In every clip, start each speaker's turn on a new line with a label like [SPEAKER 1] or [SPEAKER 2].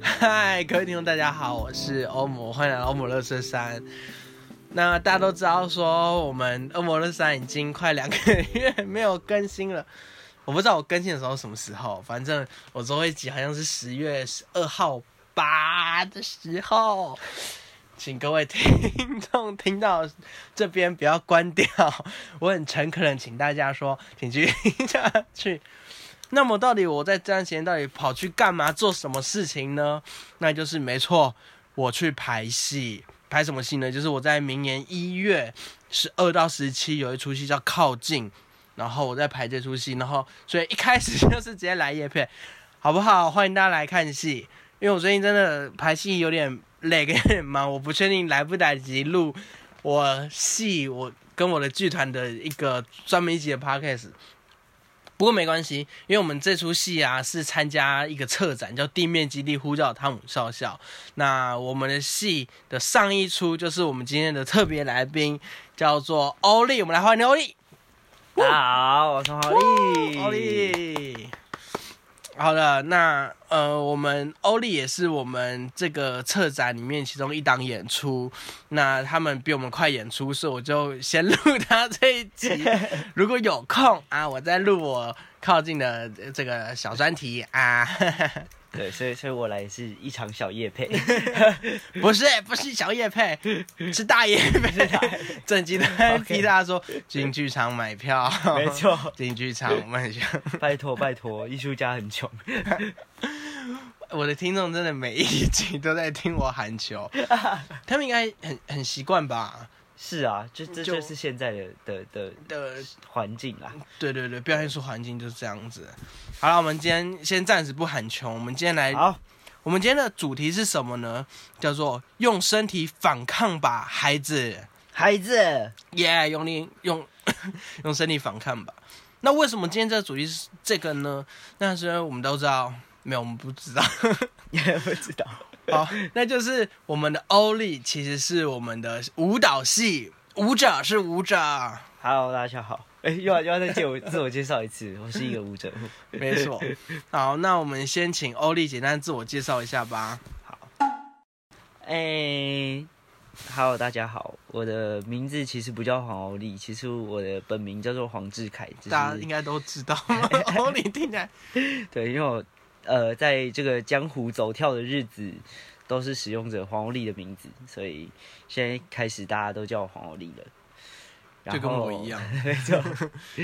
[SPEAKER 1] 嗨，各位听众，大家好，我是欧姆，欢迎来到欧姆乐色山。那大家都知道说，我们欧姆乐山已经快两个月没有更新了。我不知道我更新的时候什么时候，反正我周一集好像是十月十二号八的时候，请各位听众听到这边不要关掉，我很诚恳的请大家说，请继续听下去。那么到底我在这段时间到底跑去干嘛，做什么事情呢？那就是没错，我去排戏。排什么戏呢？就是我在明年一月十二到十七有一出戏叫《靠近》，然后我在排这出戏，然后所以一开始就是直接来叶片，好不好？欢迎大家来看戏，因为我最近真的排戏有点累，跟有点忙，我不确定来不来得及录我戏，我跟我的剧团的一个专门一集的 podcast。不过没关系，因为我们这出戏啊是参加一个策展，叫《地面基地呼叫汤姆少校》。那我们的戏的上一出就是我们今天的特别来宾，叫做欧丽。我们来欢迎欧丽，
[SPEAKER 2] 大家好，我是豪力。
[SPEAKER 1] 欧，丽。好了，那呃，我们欧丽也是我们这个策展里面其中一档演出。那他们比我们快演出，所以我就先录他这一 集。如果有空啊，我再录我靠近的这个小专题啊。
[SPEAKER 2] 对，所以所以我来是一场小夜 配，
[SPEAKER 1] 不是，不是小叶 配， 是大叶配。整集都 在逼大家说进剧场买票，
[SPEAKER 2] 没错，
[SPEAKER 1] 进剧场我们很像
[SPEAKER 2] 拜托拜托，艺术家很穷，
[SPEAKER 1] 我的听众真的每一集都在听我喊球，他们应该很很习惯吧？
[SPEAKER 2] 是啊，就这
[SPEAKER 1] 就
[SPEAKER 2] 就是现在的的的
[SPEAKER 1] 的，
[SPEAKER 2] 环境啊，
[SPEAKER 1] 对对对，表演术环境就是这样子。好了，我们今天先暂时不喊球，我们今天来，
[SPEAKER 2] 好，
[SPEAKER 1] 我们今天的主题是什么呢？叫做用身体反抗吧，孩子。
[SPEAKER 2] 孩子，
[SPEAKER 1] 耶、用力用 用身体反抗吧。那为什么今天这个主题是这个呢？那是因为我们都知道，没有，我们不知道。
[SPEAKER 2] 不知道，
[SPEAKER 1] 好，那就是我们的欧丽其实是我们的舞蹈系舞者，是舞者，
[SPEAKER 2] Hello，大家好，哎，又要又要再借我自我介绍一次， 我是一个舞者，
[SPEAKER 1] 没错。好，那我们先请欧丽简单自我介绍一下吧。
[SPEAKER 2] 哎。Hello，大家好，我的名字其实不叫黄欧丽，其实我的本名叫做黄志凯，只
[SPEAKER 1] 大家应
[SPEAKER 2] 是
[SPEAKER 1] 该都知道， 欧丽听起来
[SPEAKER 2] 对，因为我呃在这个江湖走跳的日子，都是使用者黄欧丽的名字，所以现在开始大家都叫我黄欧丽了，然
[SPEAKER 1] 就
[SPEAKER 2] 后
[SPEAKER 1] 跟我一样，现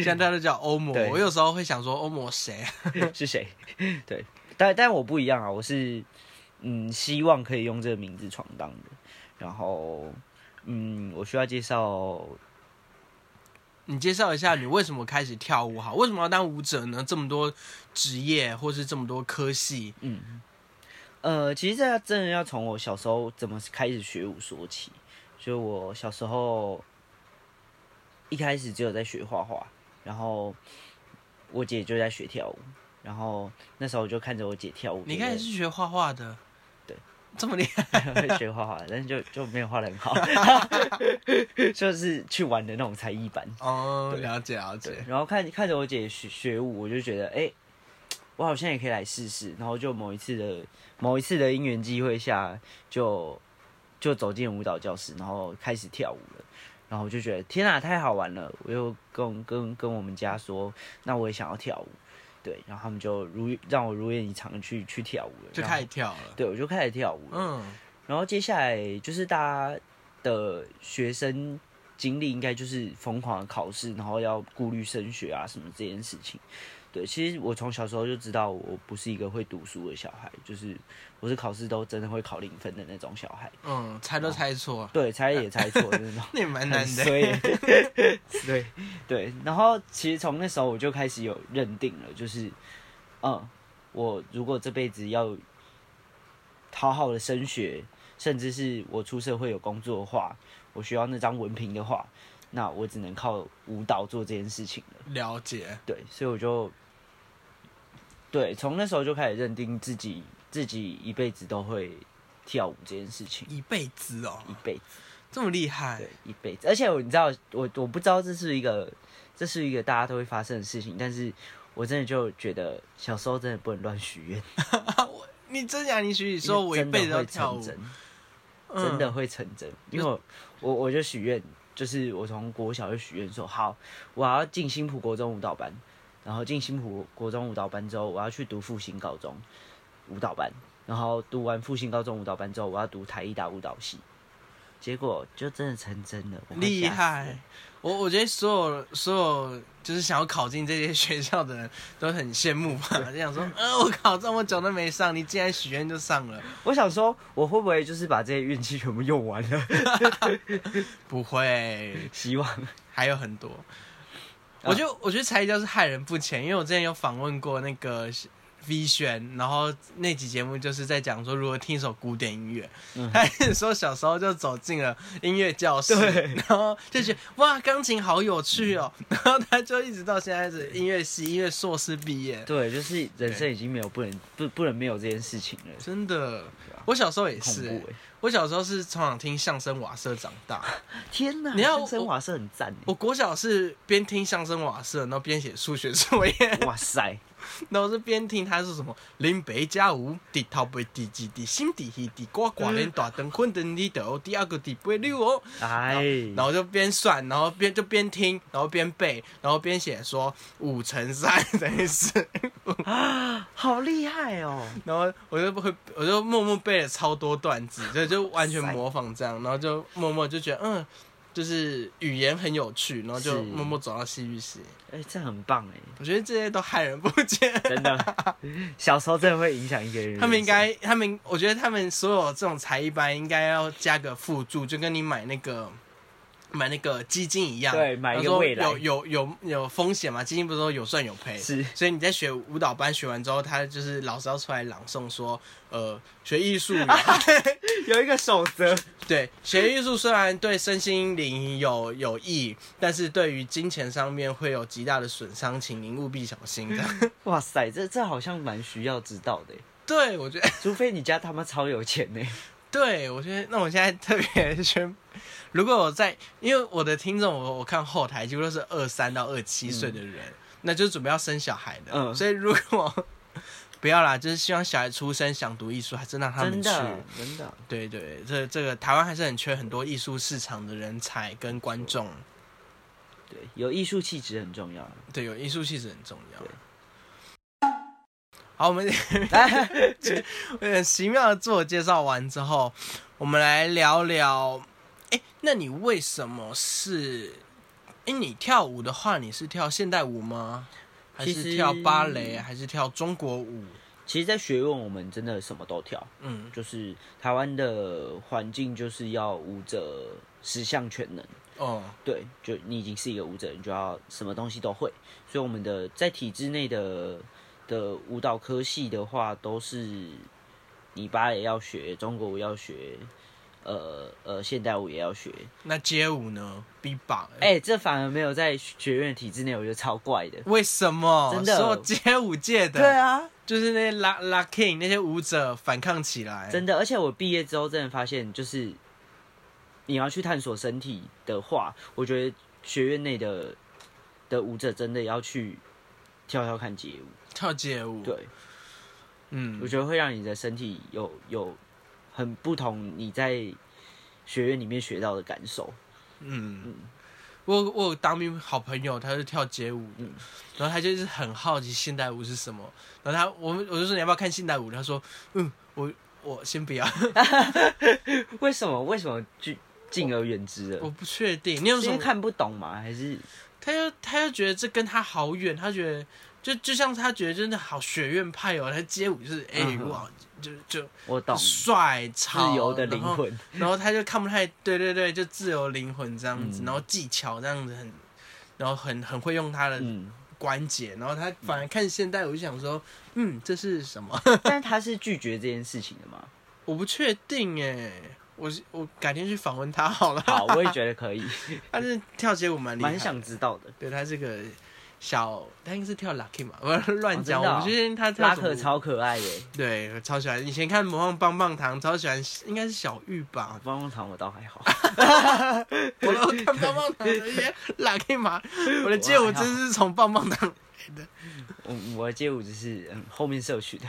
[SPEAKER 1] 在大家都叫欧摩。
[SPEAKER 2] 对
[SPEAKER 1] 我有时候会想说，欧摩谁啊？
[SPEAKER 2] 是谁？ 对，但但我不一样啊，我是嗯，希望可以用这个名字闯荡的。然后嗯，我需要介绍，
[SPEAKER 1] 你介绍一下你为什么开始跳舞好？为什么要当舞者呢？这么多职业或是这么多科系，
[SPEAKER 2] 嗯，呃，其实这要真的要从我小时候怎么开始学舞说起。就我小时候一开始只有在学画画，然后我姐就在学跳舞，然后那时候我就看着我姐跳舞，
[SPEAKER 1] 你一
[SPEAKER 2] 觉
[SPEAKER 1] 开
[SPEAKER 2] 得
[SPEAKER 1] 始是学画画的，
[SPEAKER 2] 对，
[SPEAKER 1] 这么厉害。
[SPEAKER 2] 会学画画，但是就就没有画的很好， 就是去玩的那种才艺班。
[SPEAKER 1] 哦，
[SPEAKER 2] 对
[SPEAKER 1] 了解了
[SPEAKER 2] 对
[SPEAKER 1] 解，，
[SPEAKER 2] 然后看看着我姐学学舞，我就觉得，哎、我好像也可以来试试。然后就某一次的某一次的因缘机会下，就就走进舞蹈教室，然后开始跳舞了。然后我就觉得，天啊，太好玩了！我又跟跟跟我们家说，那我也想要跳舞。对，然后他们就如让我如愿以偿去去跳舞了，
[SPEAKER 1] 就
[SPEAKER 2] 然后
[SPEAKER 1] 开始跳了。
[SPEAKER 2] 对我就开始跳舞了。
[SPEAKER 1] 嗯，
[SPEAKER 2] 然后接下来就是大家的学生经历，应该就是疯狂的考试，然后要顾虑升学啊什么这件事情。对，其实我从小时候就知道，我不是一个会读书的小孩，就是我是考试都真的会考零分的那种小孩。
[SPEAKER 1] 嗯，猜
[SPEAKER 2] 哦
[SPEAKER 1] 都猜错，
[SPEAKER 2] 对，猜也猜错的那种。
[SPEAKER 1] 那也蛮难
[SPEAKER 2] 很
[SPEAKER 1] 的。
[SPEAKER 2] 衰耶。对对，然后其实从那时候我就开始有认定了，就是，嗯，我如果这辈子要好好的升学，甚至是我出社会有工作的话，我需要那张文凭的话，那我只能靠舞蹈做这件事情了。
[SPEAKER 1] 了解，
[SPEAKER 2] 对，所以我就对从那时候就开始认定自己自己一辈子都会跳舞这件事情，
[SPEAKER 1] 一辈子哦，
[SPEAKER 2] 一辈子。
[SPEAKER 1] 这么厉害
[SPEAKER 2] 嗯对，，一辈子。而且我你知道，我我不知道这是一个，这是一个大家都会发生的事情，但是我真的就觉得小时候真的不能乱许愿，
[SPEAKER 1] 啊你真假？你许许说我一
[SPEAKER 2] 因为
[SPEAKER 1] 辈
[SPEAKER 2] 真
[SPEAKER 1] 子
[SPEAKER 2] 的
[SPEAKER 1] 要
[SPEAKER 2] 会
[SPEAKER 1] 跳舞嗯
[SPEAKER 2] 成，真，真的会成真。因为我我我就许愿，就是我从国小就许愿说，好，我要进新浦国中舞蹈班，然后进新浦国中舞蹈班之后，我要去读复兴高中舞蹈班，然后读完复兴高中舞蹈班之后，我要读台艺大舞蹈系。结果就真的成真了，我快
[SPEAKER 1] 厉
[SPEAKER 2] 吓死
[SPEAKER 1] 害
[SPEAKER 2] 了！
[SPEAKER 1] 我我觉得所有所有就是想要考进这些学校的人都很羡慕吧，就想说，呃，我考这么久都没上，你竟然许愿就上了，
[SPEAKER 2] 我想说，我会不会就是把这些运气全部用完了？
[SPEAKER 1] 不会，
[SPEAKER 2] 希望
[SPEAKER 1] 还有很多。
[SPEAKER 2] 啊
[SPEAKER 1] 我觉得我觉得才艺教是害人不浅，因为我之前有访问过那个 V 轩，然后那集节目就是在讲说如何听一首古典音乐。
[SPEAKER 2] 嗯
[SPEAKER 1] 他是说小时候就走进了音乐教室，然后就觉得哇，钢琴好有趣哦。然后他就一直到现在是音乐系音乐硕士毕业，
[SPEAKER 2] 对，就是人生已经没有不能不不能没有这件事情了，
[SPEAKER 1] 真的。我小时候也
[SPEAKER 2] 恐
[SPEAKER 1] 是、欸
[SPEAKER 2] 怖哎、
[SPEAKER 1] 我小时候是从小听相声瓦舍长大。
[SPEAKER 2] 天哪，
[SPEAKER 1] 你要
[SPEAKER 2] 生生瓦是很赞欸
[SPEAKER 1] 我国小是边听相声瓦舍，然后边写数学作业。
[SPEAKER 2] 哎，哇塞，
[SPEAKER 1] 然后我是边听他是什么林北加五地头背地基地心地黑地呱呱
[SPEAKER 2] 嗯
[SPEAKER 1] 连大灯混灯里头第二个地背六哦，
[SPEAKER 2] 哎，
[SPEAKER 1] 然后就边算，然后边就边听，然后边背，然后边写说五乘三等于是，
[SPEAKER 2] 好厉害哦！
[SPEAKER 1] 然后我就会我就默默背了超多段子，就就完全
[SPEAKER 2] 哇塞
[SPEAKER 1] 模仿这样，然后就默默就觉得嗯。就是语言很有趣，然后
[SPEAKER 2] 是
[SPEAKER 1] 就默默走到戏剧系。
[SPEAKER 2] 哎、这很棒哎、
[SPEAKER 1] 我觉得这些都害人不浅。
[SPEAKER 2] 真的， 小时候真的会影响一个人。
[SPEAKER 1] 他们应该，他们我觉得他们所有这种才艺班应该要加个辅助，就跟你买那个买那个基金一样，
[SPEAKER 2] 对买一个
[SPEAKER 1] 然后说
[SPEAKER 2] 未来
[SPEAKER 1] 有有有有风险嘛，基金不是说有赚有赔，
[SPEAKER 2] 是
[SPEAKER 1] 所以你在学舞蹈班学完之后，他就是老师要出来朗诵说，呃，学艺术 有
[SPEAKER 2] 有一个守则，
[SPEAKER 1] 对，学艺术虽然对身心灵有有益，但是对于金钱上面会有极大的损伤，请您务必小心。这 样，
[SPEAKER 2] 哇塞，这这好像蛮需要知道的、 哎
[SPEAKER 1] 对我觉得。
[SPEAKER 2] 除非你家他妈超有钱呢、哎
[SPEAKER 1] 对，我觉得那我现在特别宣，如果我在，因为我的听众，我我看后台几乎都是二三到二七岁的人，那就是准备要生小孩的，
[SPEAKER 2] 嗯
[SPEAKER 1] 所以如果不要啦，就是希望小孩出生想读艺术，还真让他们
[SPEAKER 2] 真
[SPEAKER 1] 去。
[SPEAKER 2] 的真的，
[SPEAKER 1] 对对，这这个台湾还是很缺很多艺术市场的人才跟观众，
[SPEAKER 2] 对，有艺术气质很重要。
[SPEAKER 1] 对，有艺术气质很重要
[SPEAKER 2] 对。
[SPEAKER 1] 好，我 们呃奇妙的自我介绍完之后，我们来聊聊。哎、那你为什么是？哎、你跳舞的话，你是跳现代舞吗？还
[SPEAKER 2] 其
[SPEAKER 1] 是
[SPEAKER 2] 实
[SPEAKER 1] 跳芭蕾？还是跳中国舞？
[SPEAKER 2] 其实，在学问我们真的什么都跳，
[SPEAKER 1] 嗯，
[SPEAKER 2] 就是台湾的环境就是要舞者十项全能，
[SPEAKER 1] 哦，
[SPEAKER 2] 对，就你已经是一个舞者，你就要什么东西都会。所以我们的在体制内的的舞蹈科系的话，都是你芭蕾要学，中国舞要学，呃呃，现代舞也要学。
[SPEAKER 1] 那街舞呢？B 棒、
[SPEAKER 2] 哎、这反而没有在学院体制内，我觉得超怪的。
[SPEAKER 1] 为什么？
[SPEAKER 2] 真的
[SPEAKER 1] 所有街舞界的，
[SPEAKER 2] 啊，
[SPEAKER 1] 就是那些拉拉 king 那些舞者反抗起来，
[SPEAKER 2] 真的，而且我毕业之后真的发现，就是你要去探索身体的话，我觉得学院内的的舞者真的要去跳跳看街舞，
[SPEAKER 1] 跳街舞。，
[SPEAKER 2] 对
[SPEAKER 1] 嗯，
[SPEAKER 2] 我觉得会让你的身体有有很不同你在学院里面学到的感受。
[SPEAKER 1] 嗯，我有我有当兵好朋友，他是跳街舞的，
[SPEAKER 2] 嗯
[SPEAKER 1] 然后他就是很好奇现代舞是什么，然后他我们我就说你要不要看现代舞，他说嗯我我先不 要，
[SPEAKER 2] 为什么？为什么就敬而远之
[SPEAKER 1] 我
[SPEAKER 2] 了？
[SPEAKER 1] 不确定，你有
[SPEAKER 2] 是
[SPEAKER 1] 什
[SPEAKER 2] 因为
[SPEAKER 1] 么？
[SPEAKER 2] 看不懂吗？还是
[SPEAKER 1] 他又他又觉得这跟他好远，他觉得就就像他觉得真的好学院派哦，他街舞就是哎、
[SPEAKER 2] 嗯哼
[SPEAKER 1] 哇就就
[SPEAKER 2] 我懂自
[SPEAKER 1] 帅潮
[SPEAKER 2] 由的灵，
[SPEAKER 1] 然后
[SPEAKER 2] 魂？
[SPEAKER 1] 然后他就看不太对对对，就自由灵魂这样子，
[SPEAKER 2] 嗯
[SPEAKER 1] 然后技巧这样子很，然后很很会用他的
[SPEAKER 2] 嗯，
[SPEAKER 1] 关节，然后他嗯反而看现代，我就想说，嗯，这是什么？
[SPEAKER 2] 但他是拒绝这件事情的嘛？
[SPEAKER 1] 我不确定哎，我我改天去访问他好了。
[SPEAKER 2] 好，我也觉 得可以，
[SPEAKER 1] 他是跳街舞蛮厉害的，
[SPEAKER 2] 蛮想知道的。
[SPEAKER 1] 对他是个小，他应该是跳 lucky 嘛， 我乱讲，
[SPEAKER 2] 哦真的哦
[SPEAKER 1] 我不确定他跳
[SPEAKER 2] 拉
[SPEAKER 1] 什么舞。
[SPEAKER 2] 克超可爱耶，
[SPEAKER 1] 对，我超喜欢。以前看《魔幻棒棒糖》，超喜欢，应该是小玉 吧？
[SPEAKER 2] 棒棒糖我倒还好，
[SPEAKER 1] 我都看棒棒糖的一 些 lucky 嘛，我的街舞真是从棒棒糖。
[SPEAKER 2] 我我的街舞只是嗯后面摄取的，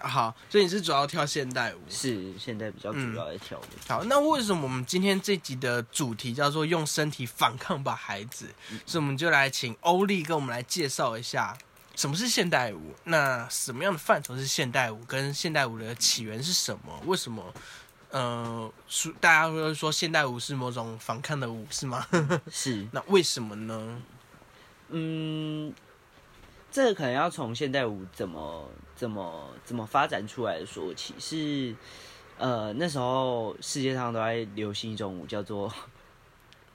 [SPEAKER 1] 好，所以你是主要跳现代舞。
[SPEAKER 2] 是现在比较主要在跳的。
[SPEAKER 1] 好，那为什么我们今天这集的主题叫做“用身体反抗吧，孩子”？
[SPEAKER 2] 嗯
[SPEAKER 1] 所以我们就来请欧丽跟我们来介绍一下什么是现代舞，那什么样的范畴是现代舞，跟现代舞的起源是什么？为什么？呃，说大家会说现代舞是某种反抗的舞，是 吗？
[SPEAKER 2] 是，
[SPEAKER 1] 那为什么呢？
[SPEAKER 2] 嗯，这个可能要从现代舞怎么怎么怎么发展出来的说起。是，呃，那时候世界上都在流行一种舞叫做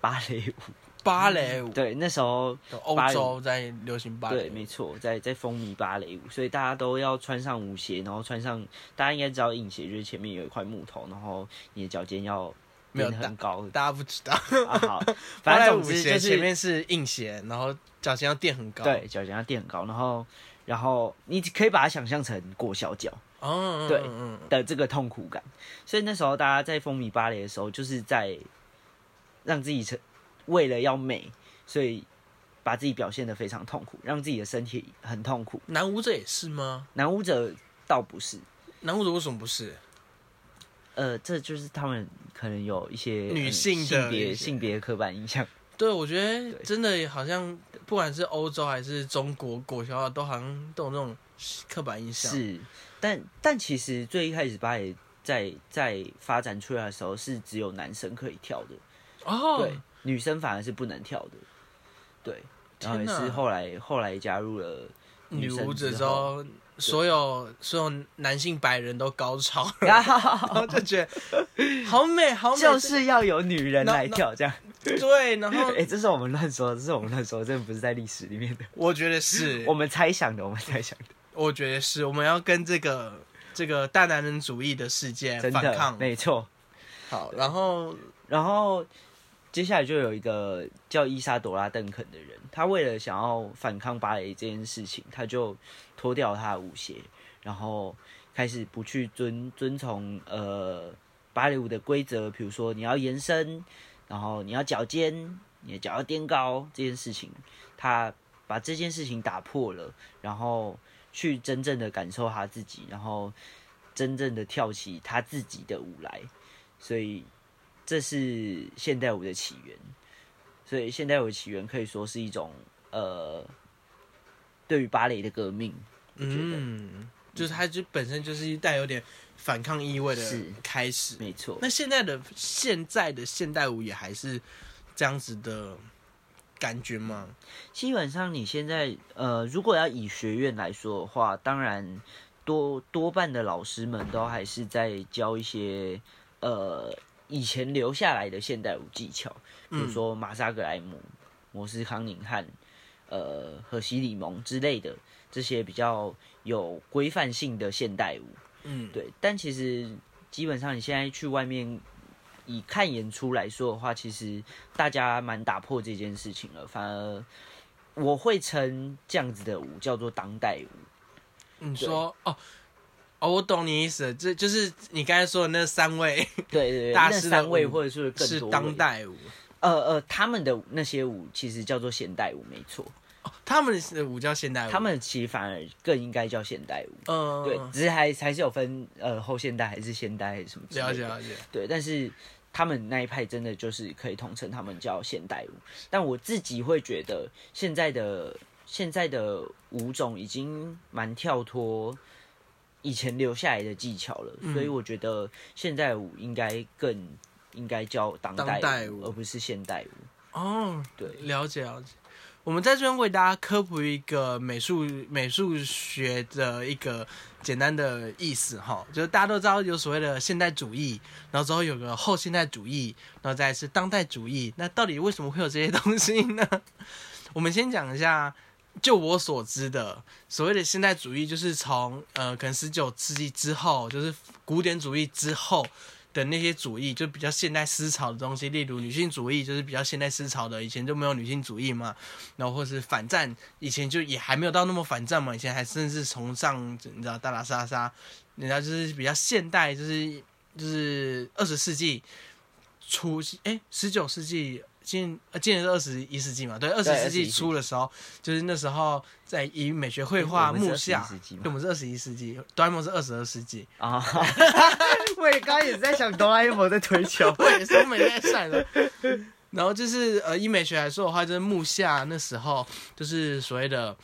[SPEAKER 2] 芭蕾舞。
[SPEAKER 1] 芭蕾舞，
[SPEAKER 2] 嗯对，那时候
[SPEAKER 1] 欧
[SPEAKER 2] 芭蕾舞
[SPEAKER 1] 洲在流行芭
[SPEAKER 2] 对，
[SPEAKER 1] 蕾
[SPEAKER 2] 没
[SPEAKER 1] 舞，
[SPEAKER 2] 错，在在风靡芭蕾舞，所以大家都要穿上舞鞋，然后穿上大家应该知道硬鞋，就是前面有一块木头，然后你的脚尖要
[SPEAKER 1] 没有
[SPEAKER 2] 变得很高。
[SPEAKER 1] 大家不知 道，
[SPEAKER 2] 啊，好，
[SPEAKER 1] 芭
[SPEAKER 2] 反
[SPEAKER 1] 蕾
[SPEAKER 2] 正
[SPEAKER 1] 舞
[SPEAKER 2] 总之
[SPEAKER 1] 鞋
[SPEAKER 2] 就是
[SPEAKER 1] 前面是硬鞋，然后脚尖要垫很高。
[SPEAKER 2] 对，脚尖要垫很高，然后然后你可以把它想象成裹小脚
[SPEAKER 1] 哦，嗯，
[SPEAKER 2] 对
[SPEAKER 1] 嗯嗯
[SPEAKER 2] 的这个痛苦感。所以那时候大家在风靡芭蕾的时候，就是在让自己成为了要美，所以把自己表现得非常痛苦，让自己的身体很痛苦。
[SPEAKER 1] 男舞者也是吗？
[SPEAKER 2] 男舞者倒不是，
[SPEAKER 1] 男舞者为什么不是？
[SPEAKER 2] 呃，这就是他们可能有一些
[SPEAKER 1] 女
[SPEAKER 2] 呃
[SPEAKER 1] 性的
[SPEAKER 2] 性
[SPEAKER 1] 一
[SPEAKER 2] 别
[SPEAKER 1] 些
[SPEAKER 2] 性别刻板印象。
[SPEAKER 1] 对，我觉得
[SPEAKER 2] 对
[SPEAKER 1] 真的好像，不管是欧洲还是中国国小，啊都好像都有那种刻板印象。，
[SPEAKER 2] 是，但但其实最一开始芭蕾在在发展出来的时候，是只有男生可以跳的，
[SPEAKER 1] 哦，
[SPEAKER 2] 对，女生反而是不能跳的，对。然后也
[SPEAKER 1] 天哪
[SPEAKER 2] 是后来后来加入了
[SPEAKER 1] 女
[SPEAKER 2] 生
[SPEAKER 1] 舞者之
[SPEAKER 2] 之后，
[SPEAKER 1] 后，所有所有男性白人都高潮，
[SPEAKER 2] 然
[SPEAKER 1] 然
[SPEAKER 2] 后
[SPEAKER 1] 后就觉得好美，好美，
[SPEAKER 2] 就是要有女人
[SPEAKER 1] 那
[SPEAKER 2] 来
[SPEAKER 1] 那
[SPEAKER 2] 跳这样。
[SPEAKER 1] 对。然后
[SPEAKER 2] 哎、这是我们乱说，这是我们乱说，这不是在历史里面的，
[SPEAKER 1] 我觉得是
[SPEAKER 2] 我，们猜想的，我们猜想的，
[SPEAKER 1] 我觉得是，我们要跟这个这个大男人主义的世界
[SPEAKER 2] 真
[SPEAKER 1] 反
[SPEAKER 2] 的
[SPEAKER 1] 抗。
[SPEAKER 2] 没错。
[SPEAKER 1] 好，然后
[SPEAKER 2] 然后接下来就有一个叫伊莎朵拉·邓肯的人，他为了想要反抗芭蕾这件事情，他就脱掉他的舞鞋，然后开始不去遵遵从呃芭蕾舞的规则，比如说你要延伸，然后你要脚尖，你的脚要垫高这件事情，他把这件事情打破了，然后去真正的感受他自己，然后真正的跳起他自己的舞来，所以这是现代舞的起源。所以现代舞的起源可以说是一种呃，对于芭蕾的革命。觉得
[SPEAKER 1] 嗯，就是它就本身就是带有点反抗意味的
[SPEAKER 2] 是
[SPEAKER 1] 开始。
[SPEAKER 2] 没错，
[SPEAKER 1] 那现在的现在的现代舞也还是这样子的感觉吗？
[SPEAKER 2] 基本上你现在呃，如果要以学院来说的话，当然多多半的老师们都还是在教一些呃以前留下来的现代舞技巧，比
[SPEAKER 1] 嗯
[SPEAKER 2] 如说马萨格莱姆、摩斯康宁汉、呃荷西里蒙之类的这些比较有规范性的现代舞。
[SPEAKER 1] 嗯，
[SPEAKER 2] 对，但其实基本上你现在去外面以看演出来说的话，其实大家蛮打破这件事情了，反而我会称这样子的舞叫做当代舞，
[SPEAKER 1] 你说哦哦，我懂你意思了，这就是你刚才说的那三位
[SPEAKER 2] 对对对，
[SPEAKER 1] 大
[SPEAKER 2] 那
[SPEAKER 1] 师的
[SPEAKER 2] 三位
[SPEAKER 1] 舞
[SPEAKER 2] 或者是更
[SPEAKER 1] 是
[SPEAKER 2] 多
[SPEAKER 1] 当
[SPEAKER 2] 位，
[SPEAKER 1] 代舞，
[SPEAKER 2] 呃呃，他们的那些舞其实叫做现代舞，没错，
[SPEAKER 1] 他们的舞叫现代舞，
[SPEAKER 2] 他们其实反而更应该叫现代舞。
[SPEAKER 1] 嗯，
[SPEAKER 2] 对，只是还还是有分呃后现代还是现代还是什么之类
[SPEAKER 1] 了
[SPEAKER 2] 的
[SPEAKER 1] 解了解，
[SPEAKER 2] 对，但是他们那一派真的就是可以统称他们叫现代舞，但我自己会觉得现在的现在的舞种已经蛮跳脱以前留下来的技巧了，所以我觉得现代舞应该更应该叫当代
[SPEAKER 1] 当代舞
[SPEAKER 2] 而不是现代舞。
[SPEAKER 1] 哦，
[SPEAKER 2] 对
[SPEAKER 1] 了解了解。我们在这边为大家科普一个美术美术学的一个简单的意思哈，就是大家都知道有所谓的现代主义，然后之后有个后现代主义，然后再来 是当代主义。那到底为什么会有这些东西呢？我们先讲一下就我所知的，所谓的现代主义，就是从呃，可能十九世纪之后，就是古典主义之后的那些主义，就比较现代思潮的东西，例如女性主义，就是比较现代思潮的，以前就没有女性主义嘛，然后或是反战，以前就也还没有到那么反战嘛，以前还甚至崇尚你知道打打杀杀，人家就是比较现代，就是就是二十世纪初，哎，十九世纪。今呃今年是二十一世纪嘛，对，二十
[SPEAKER 2] 对
[SPEAKER 1] 世
[SPEAKER 2] 21世
[SPEAKER 1] 纪
[SPEAKER 2] 纪
[SPEAKER 1] 初的时候，就是那时候在以美学绘画
[SPEAKER 2] 我们是
[SPEAKER 1] 木下
[SPEAKER 2] 21世纪，吗
[SPEAKER 1] 对，我们是二十一世纪，哆啦 A 梦是二十二世纪，
[SPEAKER 2] 啊！我也刚刚也在想哆啦 A 梦在推 球
[SPEAKER 1] 我也是我每天在算的。然后就是呃，以美学来说的话，就是木下那时候就是所谓的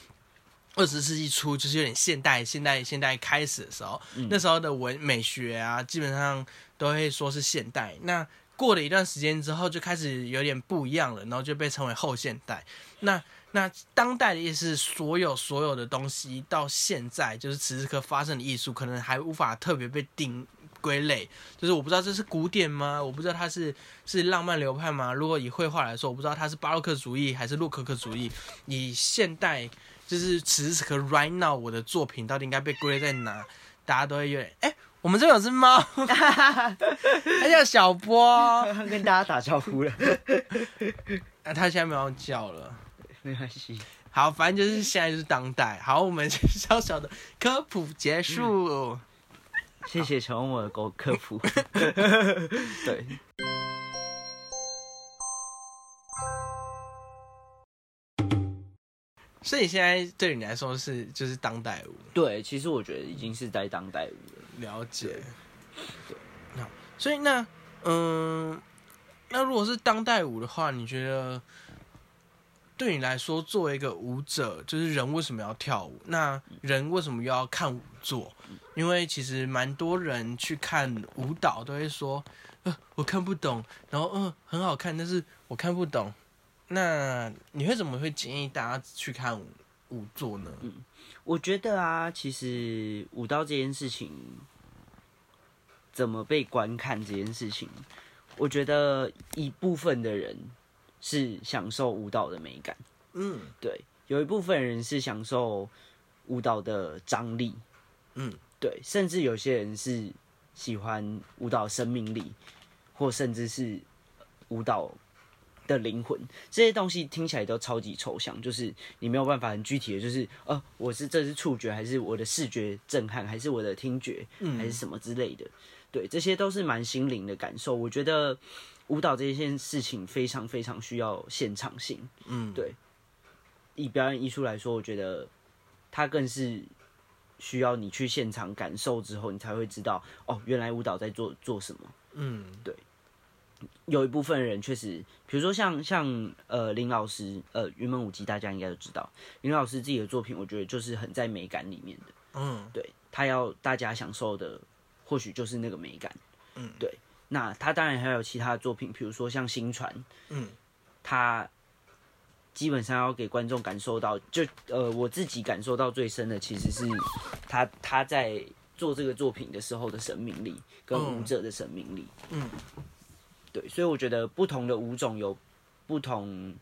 [SPEAKER 1] 二十世纪初，就是有点现代、现代、现代开始的时候，那时候的文美学啊，基本上都会说是现代。那过了一段时间之后，就开始有点不一样了，然后就被称为后现代。那那当代的意思是，所有所有的东西到现在，就是此时此刻发生的艺术，可能还无法特别被定归类。就是我不知道这是古典吗？我不知道它是是浪漫流派吗？如果以绘画来说，我不知道它是巴洛克主义还是洛可可主义。以现代，就是此时此刻 right now 我的作品到底应该被归类在哪？大家都会有点哎、我们这边有只猫，它叫小波哦，
[SPEAKER 2] 跟大家打招呼了，
[SPEAKER 1] 啊，它现在没有叫了。
[SPEAKER 2] 没关系。
[SPEAKER 1] 好，反正就是现在就是当代。好，我们 小小的科普结束。
[SPEAKER 2] 谢谢陈文我的狗科普。 对，
[SPEAKER 1] 所以现在对你来说是就是当代舞，
[SPEAKER 2] 对，其实我觉得已经是在当代舞了。
[SPEAKER 1] 了解
[SPEAKER 2] 对。
[SPEAKER 1] 好，所以那嗯，那如果是当代舞的话，你觉得对你来说，作为一个舞者，就是人为什么要跳舞？那人为什么又要看舞作？因为其实蛮多人去看舞蹈都会说，呃，我看不懂，然后嗯、呃很好看，但是我看不懂。那你会怎么会建议大家去看舞舞作呢？
[SPEAKER 2] 我觉得啊，其实舞蹈这件事情怎么被观看这件事情，我觉得一部分的人是享受舞蹈的美感，
[SPEAKER 1] 嗯
[SPEAKER 2] 对，有一部分人是享受舞蹈的张力，
[SPEAKER 1] 嗯，
[SPEAKER 2] 对，甚至有些人是喜欢舞蹈生命力，或甚至是舞蹈的灵魂，这些东西听起来都超级抽象，就是你没有办法很具体的，就是呃，我是这是触觉，还是我的视觉震撼，还是我的听觉，还是什么之类的，对，这些都是蛮心灵的感受。我觉得舞蹈这件事情非常非常需要现场性，
[SPEAKER 1] 嗯，
[SPEAKER 2] 对以表演艺术来说，我觉得它更是需要你去现场感受之后，你才会知道哦，原来舞蹈在做做什么。
[SPEAKER 1] 嗯
[SPEAKER 2] 有一部分人确实，比如说像像呃林老师，呃云门舞集大家应该都知道，林老师自己的作品，我觉得就是很在美感里面的。
[SPEAKER 1] 嗯
[SPEAKER 2] 对他要大家享受的，或许就是那个美感。
[SPEAKER 1] 嗯，
[SPEAKER 2] 对。那他当然还有其他的作品，比如说像新传，
[SPEAKER 1] 嗯，
[SPEAKER 2] 他基本上要给观众感受到，就呃我自己感受到最深的其实是他他在做这个作品的时候的生命力，跟
[SPEAKER 1] 嗯
[SPEAKER 2] 舞者的生命力。
[SPEAKER 1] 嗯，
[SPEAKER 2] 对，所以我觉得不同的舞种有不同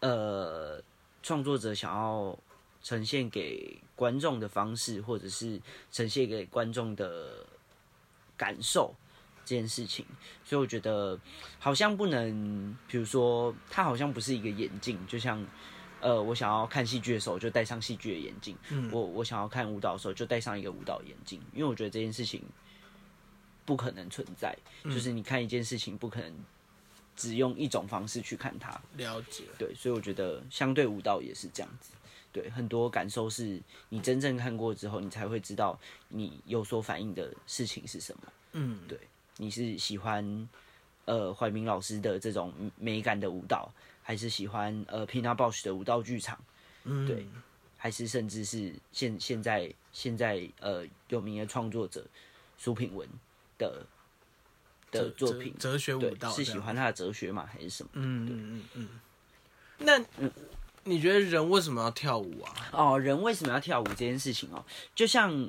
[SPEAKER 2] 呃创作者想要呈现给观众的方式，或者是呈现给观众的感受这件事情，所以我觉得好像不能，比如说它好像不是一个眼镜，就像。呃，我想要看戏剧的时候就戴上戏剧的眼镜，
[SPEAKER 1] 嗯
[SPEAKER 2] 我我想要看舞蹈的时候就戴上一个舞蹈眼镜，因为我觉得这件事情不可能存在，就是你看一件事情不可能只用一种方式去看它，
[SPEAKER 1] 了解。
[SPEAKER 2] 对，所以我觉得相对舞蹈也是这样子。对，很多感受是你真正看过之后，你才会知道你有所反应的事情是什么。
[SPEAKER 1] 嗯，
[SPEAKER 2] 对你是喜欢呃怀明老师的这种美感的舞蹈，还是喜欢呃 Pina Bausch 的舞蹈剧场，
[SPEAKER 1] 嗯
[SPEAKER 2] 对，还是甚至是现现在现在呃有名的创作者苏品文的的
[SPEAKER 1] 哲
[SPEAKER 2] 作
[SPEAKER 1] 哲
[SPEAKER 2] 品？
[SPEAKER 1] 哲学舞
[SPEAKER 2] 对
[SPEAKER 1] 蹈，
[SPEAKER 2] 是
[SPEAKER 1] 这
[SPEAKER 2] 喜
[SPEAKER 1] 样
[SPEAKER 2] 欢他的哲学吗？还是什么？
[SPEAKER 1] 嗯嗯嗯嗯。那你觉得人为什么要跳舞啊？
[SPEAKER 2] 哦，人为什么要跳舞这件事情哦，就像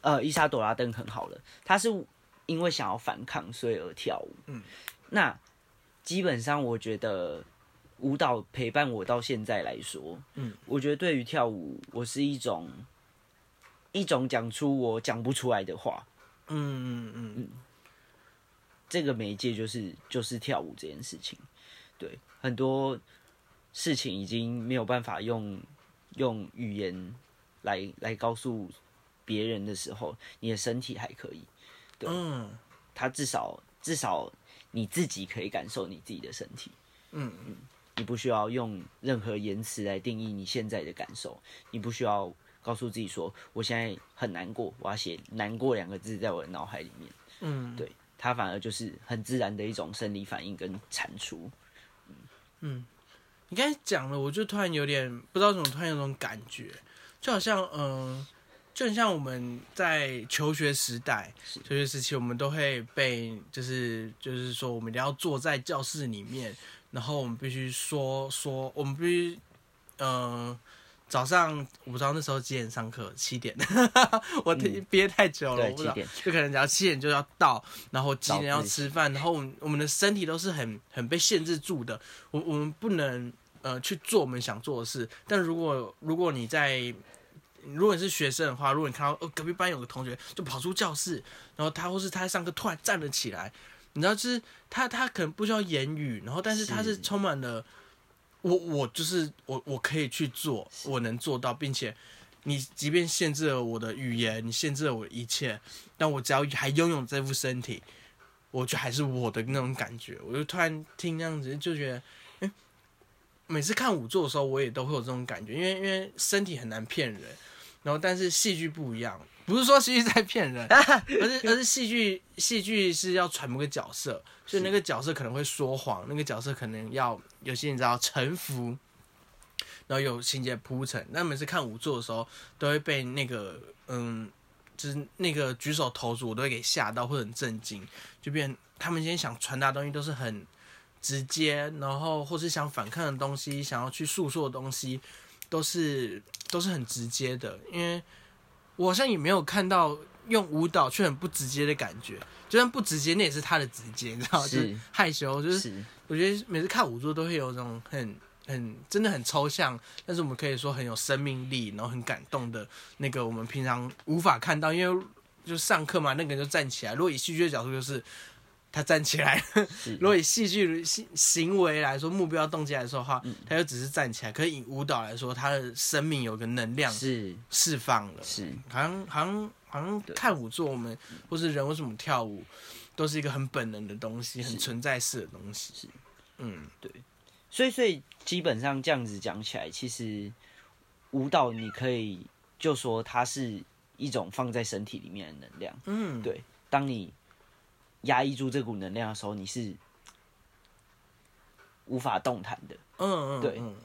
[SPEAKER 2] 呃伊莎朵拉·邓肯好了，她是因为想要反抗所以而跳舞。
[SPEAKER 1] 嗯，
[SPEAKER 2] 那基本上我觉得舞蹈陪伴我到现在来说，
[SPEAKER 1] 嗯，
[SPEAKER 2] 我觉得对于跳舞，我是一种一种讲出我讲不出来的话，
[SPEAKER 1] 嗯嗯嗯，
[SPEAKER 2] 这个媒介就是就是跳舞这件事情。对，很多事情已经没有办法用用语言来来告诉别人的时候，你的身体还可以，对
[SPEAKER 1] 嗯
[SPEAKER 2] 它至少至少你自己可以感受你自己的身体。
[SPEAKER 1] 嗯
[SPEAKER 2] 嗯，你不需要用任何言辞来定义你现在的感受，你不需要告诉自己说我现在很难过，我要写“难过”两个字在我的脑海里面。
[SPEAKER 1] 嗯，
[SPEAKER 2] 对它反而就是很自然的一种生理反应跟产出。
[SPEAKER 1] 你刚才讲了，我就突然有点不知道怎么，突然有种感觉，就好像嗯、呃就很像我们在求学时代、
[SPEAKER 2] 是
[SPEAKER 1] 求学时期，我们都会被就是就是说，我们一定要坐在教室里面，然后我们必须说说，我们必须嗯、呃早上我不知道那时候几点上课，七点， 我憋
[SPEAKER 2] 嗯
[SPEAKER 1] 憋太久了，我
[SPEAKER 2] 对
[SPEAKER 1] 不知道
[SPEAKER 2] 七点
[SPEAKER 1] 就可能只要七点就要到，然后几点要
[SPEAKER 2] 早自习
[SPEAKER 1] 吃饭，然后我们我们的身体都是很很被限制住的，我我们不能呃去做我们想做的事。但如果如果你在如果你是学生的话，如果你看到哦隔壁班有个同学就跑出教室，然后他或是他在上课突然站了起来，你知道，就是他他可能不需要言语，然后但是他是
[SPEAKER 2] 是
[SPEAKER 1] 充满了我我就是我我可以去做，
[SPEAKER 2] 是
[SPEAKER 1] 我能做到，并且你即便限制了我的语言，你限制了我的一切，但我只要还拥有这副身体，我就还是我的那种感觉。我就突然听这样子，就觉得，哎、每次看舞作的时候，我也都会有这种感觉，因为因为身体很难骗人，然后但是戏剧不一样，不是说戏剧在骗人，而是而是戏剧戏剧是要揣摩个角色，所以那个角色可能会说谎，那个角色可能要有些你知道臣服。然后有情节铺陈，那每次看舞作的时候，都会被那个嗯，就是那个举手投足，我都会给吓到，或者很震惊，就变他们今天想传达的东西都是很直接，然后或是想反抗的东西，想要去诉说的东西，都是都是很直接的。因为我好像也没有看到用舞蹈却很不直接的感觉，就算不直接，那也是他的直接，你知道吗？
[SPEAKER 2] 是
[SPEAKER 1] 就是害羞，就是
[SPEAKER 2] 是
[SPEAKER 1] 我觉得每次看五座都会有一种很很真的很抽象，但是我们可以说很有生命力，然后很感动的那个我们平常无法看到，因为就上课嘛，那个人就站起来。如果以戏剧的角度，就是他站起来；
[SPEAKER 2] 是
[SPEAKER 1] 如，果以戏剧行行为来说，目标动机来说的话，他就只是站起来。可是以舞蹈来说，他的生命有个能量
[SPEAKER 2] 是
[SPEAKER 1] 释放了。
[SPEAKER 2] 是
[SPEAKER 1] 好像好像好像看舞做我们
[SPEAKER 2] 嗯
[SPEAKER 1] 或是人为什么跳舞，都是一个很本能的东西，很存在式的东西。嗯，
[SPEAKER 2] 所以，所以基本上这样子讲起来，其实舞蹈你可以就说它是一种放在身体里面的能量。
[SPEAKER 1] 嗯，
[SPEAKER 2] 对当你压抑住这股能量的时候，你是无法动弹的。
[SPEAKER 1] 嗯嗯，
[SPEAKER 2] 对
[SPEAKER 1] 嗯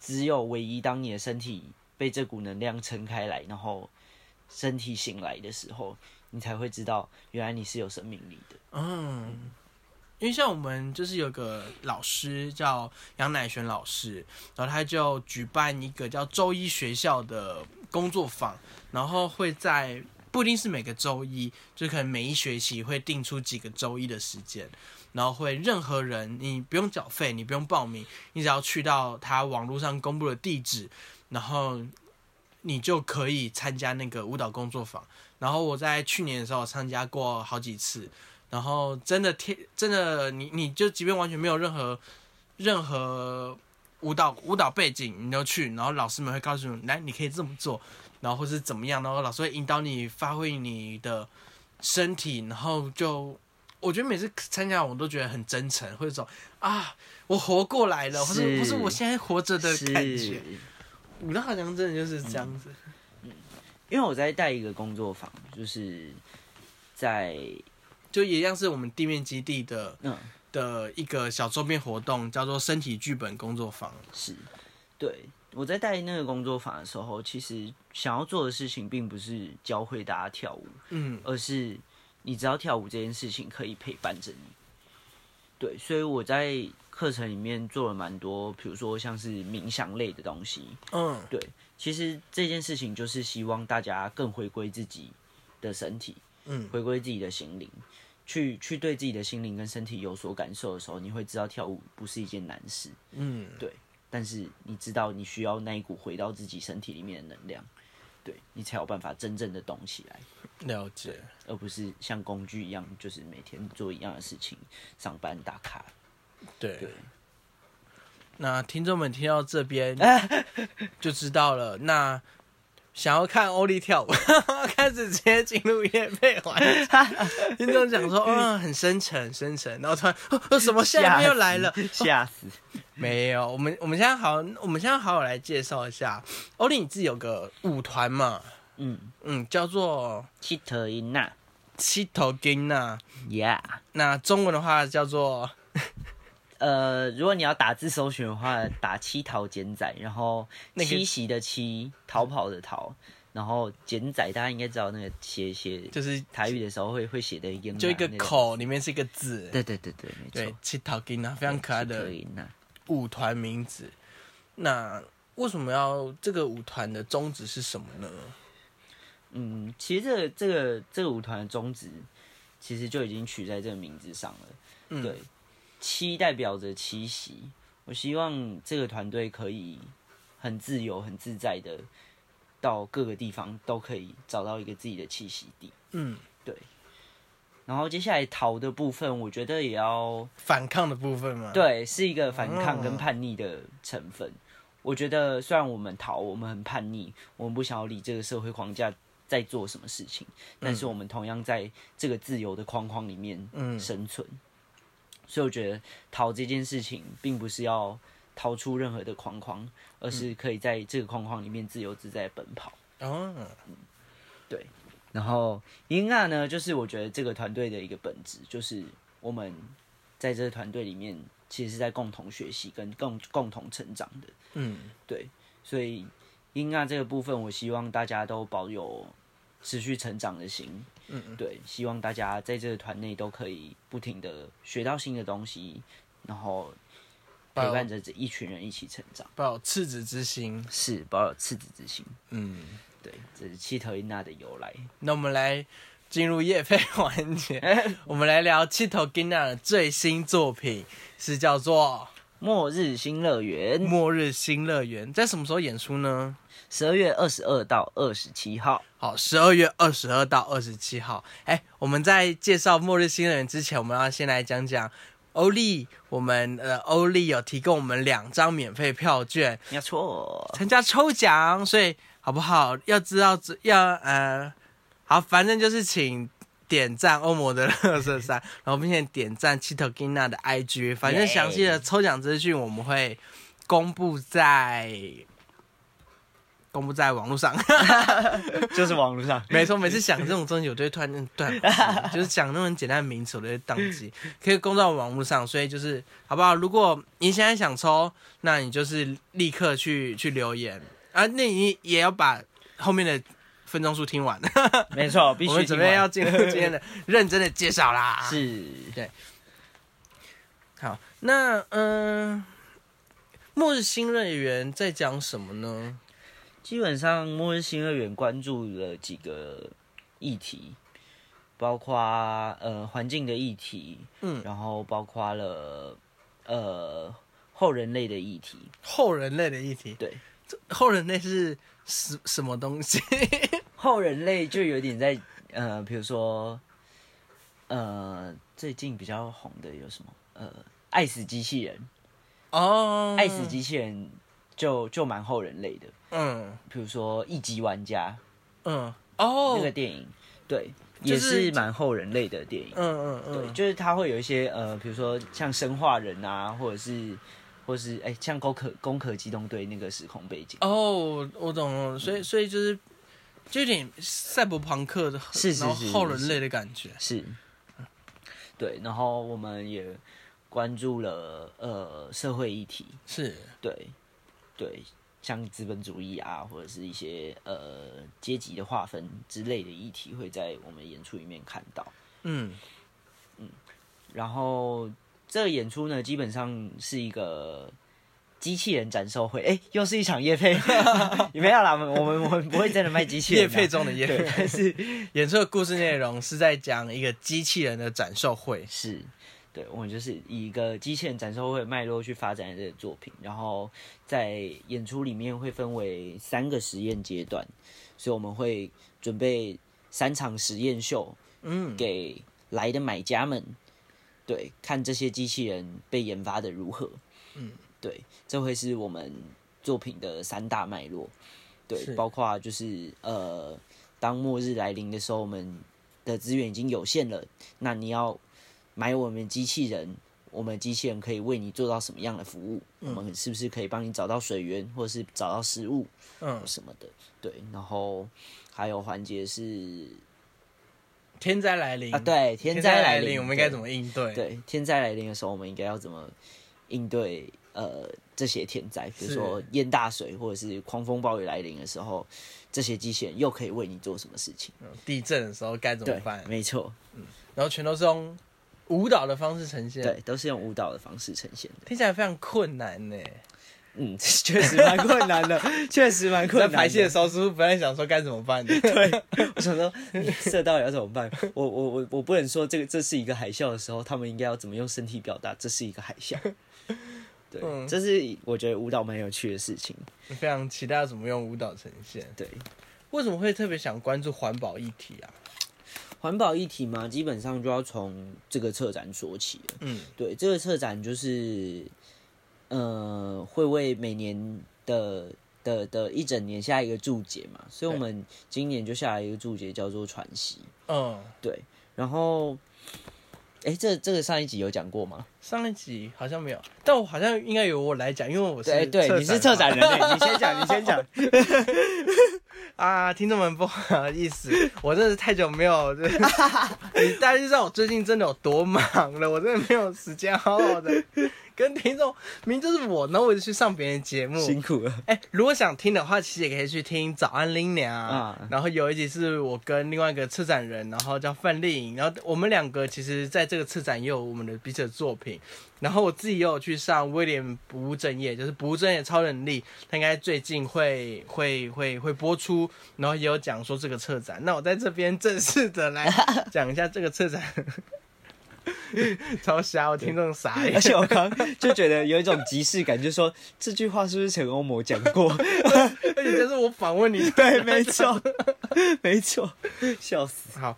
[SPEAKER 2] 只有唯一当你的身体被这股能量撑开来，然后身体醒来的时候，你才会知道原来你是有生命力的。
[SPEAKER 1] 嗯，因为像我们就是有个老师叫杨乃璇老师，然后他就举办一个叫周一学校的工作坊，然后会在不一定是每个周一，就可能每一学期会定出几个周一的时间，然后会任何人你不用缴费，你不用报名，你只要去到他网络上公布的地址，然后。你就可以参加那个舞蹈工作坊，然后我在去年的时候参加过好几次，然后真的天，真的你你就即便完全没有任何任何舞蹈舞蹈背景，你都去，然后老师们会告诉你，来你可以这么做，然后或是怎么样，然后老师会引导你发挥你的身体，然后就我觉得每次参加我都觉得很真诚，会有一种啊我活过来了，或是
[SPEAKER 2] 是
[SPEAKER 1] 或是我现在活着的感觉
[SPEAKER 2] 是，，
[SPEAKER 1] 舞蹈好像真的就是这样子，
[SPEAKER 2] 因为我在带一个工作坊，就是在
[SPEAKER 1] 就也像是我们地面基地的
[SPEAKER 2] 嗯
[SPEAKER 1] 的一个小周边活动，叫做身体剧本工作坊。
[SPEAKER 2] 是，对，我在带那个工作坊的时候，其实想要做的事情并不是教会大家跳舞，
[SPEAKER 1] 嗯
[SPEAKER 2] 而是你知道跳舞这件事情可以陪伴着你。对，所以我在课程里面做了蛮多，比如说像是冥想类的东西。
[SPEAKER 1] 嗯
[SPEAKER 2] 对，其实这件事情就是希望大家更回归自己的身体，
[SPEAKER 1] 嗯
[SPEAKER 2] 回归自己的心灵，去去对自己的心灵跟身体有所感受的时候，你会知道跳舞不是一件难事，
[SPEAKER 1] 嗯，
[SPEAKER 2] 但是你知道你需要那一股回到自己身体里面的能量，对你才有办法真正的动起来，
[SPEAKER 1] 了解。
[SPEAKER 2] 而不是像工具一样，就是每天做一样的事情，上班打 卡。
[SPEAKER 1] 对，
[SPEAKER 2] 对
[SPEAKER 1] 那听众们听到这边就知道了。那想要看欧丽跳舞， 开始直接进入夜配环节。听众讲说，嗯，很深沉，很深沉。然后突然，哦哦什么下面又来了？
[SPEAKER 2] 吓死！
[SPEAKER 1] 没有，我们我们现在好，我们现在好好来介绍一下欧丽，你自己有个舞团嘛？
[SPEAKER 2] 嗯，
[SPEAKER 1] 嗯，叫做
[SPEAKER 2] 七头一娜
[SPEAKER 1] 七头金呐，
[SPEAKER 2] ，Yeah。
[SPEAKER 1] 那中文的话叫做
[SPEAKER 2] 呃，如果你要打字搜寻的话，打七逃减仔，然后
[SPEAKER 1] 那个
[SPEAKER 2] 七夕的七，逃跑的逃，然后减仔，大家应该知道那个写写
[SPEAKER 1] 就是
[SPEAKER 2] 台语的时候会会写的一个
[SPEAKER 1] 就一个
[SPEAKER 2] 那，
[SPEAKER 1] 口里面是一个字，
[SPEAKER 2] 对对对对，没
[SPEAKER 1] 对
[SPEAKER 2] 错，，
[SPEAKER 1] 七头金呐，非常可爱的
[SPEAKER 2] 可以那
[SPEAKER 1] 舞团名字。那为什么要这个舞团的宗旨是什么呢？
[SPEAKER 2] 嗯，其实这个这个这个舞团的宗旨，其实就已经取在这个名字上了。
[SPEAKER 1] 嗯
[SPEAKER 2] 对，七代表着七夕，我希望这个团队可以很自由、很自在的到各个地方都可以找到一个自己的栖息地。
[SPEAKER 1] 嗯，
[SPEAKER 2] 然后接下来逃的部分，我觉得也要
[SPEAKER 1] 反抗的部分嘛。，
[SPEAKER 2] 对，是一个反抗
[SPEAKER 1] 哦
[SPEAKER 2] 跟叛逆的成分。我觉得虽然我们逃，我们很叛逆，我们不想要理这个社会框架在做什么事情，但是我们同样在这个自由的框框里面
[SPEAKER 1] 嗯
[SPEAKER 2] 生存。所以我觉得逃这件事情，并不是要逃出任何的框框，
[SPEAKER 1] 嗯
[SPEAKER 2] 而是可以在这个框框里面自由自在地奔跑。
[SPEAKER 1] 哦，
[SPEAKER 2] 然后英娜呢，就是我觉得这个团队的一个本质，就是我们在这个团队里面，其实是在共同学习跟共共同成长的。
[SPEAKER 1] 嗯，
[SPEAKER 2] 对，所以英娜这个部分，我希望大家都保有持续成长的心。
[SPEAKER 1] 嗯
[SPEAKER 2] 嗯，对，希望大家在这个团内都可以不停的学到新的东西，然后陪伴着这一群人一起成长，
[SPEAKER 1] 抱有赤子之心。
[SPEAKER 2] 是保有赤子之心。
[SPEAKER 1] 嗯，
[SPEAKER 2] 对，这是七头英娜的由来。
[SPEAKER 1] 那我们来进入夜配环节，我们来聊七头金娜的最新作品，是叫做
[SPEAKER 2] 末日新乐园。
[SPEAKER 1] 《末日新乐园》，在什么时候演出呢？
[SPEAKER 2] 十二月二十二到二十七号，
[SPEAKER 1] 好，十二月二十二到二十七号。哎，我们在介绍《末日新人》之前，我们要先来讲讲欧丽。我们呃，欧丽有提供我们两张免费票券
[SPEAKER 2] 没有错。
[SPEAKER 1] 参加抽奖，所以好不好？要知道要呃，好，反正就是请点赞欧摩的乐色山，然后并且点赞七头金娜的 IG。反正详细的抽奖资讯我们会公布在公布在网络上。
[SPEAKER 2] 就是网络 上
[SPEAKER 1] 没错，每次想这种东西，我都会突然间断网，就是讲那种很简单的名词，我都会宕 机。可以公到网络上，所以就是好不好？如果你现在想抽，那你就是立刻去去留言啊，那你也要把后面的分钟数听 完。
[SPEAKER 2] 没错，必
[SPEAKER 1] 我们准备要进入今天的 认真的介绍啦。
[SPEAKER 2] 是
[SPEAKER 1] 好，那嗯，《末日新乐园》在讲什么呢？
[SPEAKER 2] 基本上末日新乐园关注了几个议题，包括呃环境的议题，
[SPEAKER 1] 嗯
[SPEAKER 2] 然后包括了呃后人类的议题，
[SPEAKER 1] 后人类的议题，
[SPEAKER 2] 对，
[SPEAKER 1] 后人类是什什么东 西？
[SPEAKER 2] 后人类就有点在呃，比如说呃最近比较红的有什么呃爱死机器人，
[SPEAKER 1] 哦，
[SPEAKER 2] 爱死机器人就就蛮后人类的，
[SPEAKER 1] 嗯
[SPEAKER 2] 比如说《一级玩家
[SPEAKER 1] 嗯，哦，》
[SPEAKER 2] 那个电影，对，
[SPEAKER 1] 就
[SPEAKER 2] 也
[SPEAKER 1] 是
[SPEAKER 2] 是蛮后人类的电影。
[SPEAKER 1] 嗯嗯
[SPEAKER 2] 对，
[SPEAKER 1] 嗯，
[SPEAKER 2] 就是它会有一些呃，比如说像生化人啊，或者是或是哎、像攻壳攻壳机动队那个时空背景，
[SPEAKER 1] 哦，我懂了，所以所以就是就有点赛博朋克的，
[SPEAKER 2] 是是
[SPEAKER 1] 然后
[SPEAKER 2] 是
[SPEAKER 1] 后人类的感觉。
[SPEAKER 2] 是，对，然后我们也关注了呃社会议题，
[SPEAKER 1] 是，
[SPEAKER 2] 对对，像资本主义啊，或者是一些呃阶级的划分之类的议题，会在我们演出里面看到。
[SPEAKER 1] 嗯
[SPEAKER 2] 然后这个演出呢，基本上是一个机器人展售会，哎、又是一场 夜配， 也没有啦，我们我们我们不会真的卖机器人
[SPEAKER 1] 叶
[SPEAKER 2] 啊，
[SPEAKER 1] 配中的叶
[SPEAKER 2] 对
[SPEAKER 1] 配，但是 演出的故事内容是在讲一个机器人的展售会。
[SPEAKER 2] 是，对，我们就是以一个机器人展售会的脉络去发展这个作品，然后在演出里面会分为三个实验阶段，所以我们会准备三场实验秀
[SPEAKER 1] 嗯，
[SPEAKER 2] 给来的买家们，对，看这些机器人被研发的如何。
[SPEAKER 1] 嗯，
[SPEAKER 2] 对，这会是我们作品的三大脉络，对
[SPEAKER 1] 是，
[SPEAKER 2] 包括就是呃，当末日来临的时候，我们的资源已经有限了，那你要买我们机器人，我们机器人可以为你做到什么样的服务？
[SPEAKER 1] 嗯
[SPEAKER 2] 我们是不是可以帮你找到水源，或是找到食物？
[SPEAKER 1] 嗯
[SPEAKER 2] 什么的，对，然后还有环节是
[SPEAKER 1] 天灾来临
[SPEAKER 2] 啊，，对，天
[SPEAKER 1] 灾
[SPEAKER 2] 灾
[SPEAKER 1] 来
[SPEAKER 2] 临，
[SPEAKER 1] 我们应该
[SPEAKER 2] 对
[SPEAKER 1] 怎么应对？
[SPEAKER 2] 对，天灾来临的时候，我们应该要怎么应对呃这些天灾？比如
[SPEAKER 1] 是
[SPEAKER 2] 说淹大水或者是狂风暴雨来临的时候，这些机器人又可以为你做什么事情？
[SPEAKER 1] 嗯地震的时候该怎么
[SPEAKER 2] 对
[SPEAKER 1] 办，？
[SPEAKER 2] 没错，
[SPEAKER 1] 然后全都是用舞蹈的方式呈现，
[SPEAKER 2] 对，，都是用舞蹈的方式呈现的。
[SPEAKER 1] 听起来非常困难呢。
[SPEAKER 2] 嗯，确实蛮困难的，确实蛮困
[SPEAKER 1] 在
[SPEAKER 2] 难的。
[SPEAKER 1] 排戏的时候，是不是本来想说该怎么办的？
[SPEAKER 2] 我想说，射到底要怎么办？ 我我我我不能说这个这是一个海啸的时候，他们应该要怎么用身体表达这是一个海啸。对，
[SPEAKER 1] 嗯
[SPEAKER 2] 这是我觉得舞蹈蛮有趣的事情。
[SPEAKER 1] 非常期待要怎么用舞蹈呈现。
[SPEAKER 2] 对，
[SPEAKER 1] 为什么会特别想关注环保议题啊？
[SPEAKER 2] 环保议题嘛，基本上就要从这个策展说起了。
[SPEAKER 1] 嗯，
[SPEAKER 2] 对，这个策展就是，呃，会为每年的的的一整年下一个注解嘛，所以我
[SPEAKER 1] 对
[SPEAKER 2] 们今年就下来一个注解叫做喘息。
[SPEAKER 1] 嗯，
[SPEAKER 2] 对，然后，哎，这这个上一集有讲过吗？
[SPEAKER 1] 上一集好像没有，但我好像应该由我来讲，因为我是
[SPEAKER 2] 对对，你是
[SPEAKER 1] 策
[SPEAKER 2] 策
[SPEAKER 1] 展
[SPEAKER 2] 展
[SPEAKER 1] 人欸
[SPEAKER 2] 人类，你先讲，你 先讲。
[SPEAKER 1] 啊，听众们不好意思，我真的是太久没有， 就是你大家就知道我最近真的有多忙了，我真的没有时间好好的跟听众，明明就是我，然后我就去上别人的节目，
[SPEAKER 2] 苦了，
[SPEAKER 1] 哎、如果想听的话，其实也可以去听《早安林娘》
[SPEAKER 2] 啊
[SPEAKER 1] 然后有一集是我跟另外一个策展人，然后叫范丽颖，然后我们两个其实在这个策展也有我们的彼此的作品。然后我自己也有去上威廉不务正业，就是不务正业超能力，他应该最近会会会会播出，然后也有讲说这个策展。那我在这边正式的来讲一下这个策展， 超瞎，我听众傻眼
[SPEAKER 2] 而。且我刚就觉得有一种即视感，就说这句话是不是陈欧某讲过？
[SPEAKER 1] 而且就是我访问你，
[SPEAKER 2] 对，没错，没错，笑死。
[SPEAKER 1] 好，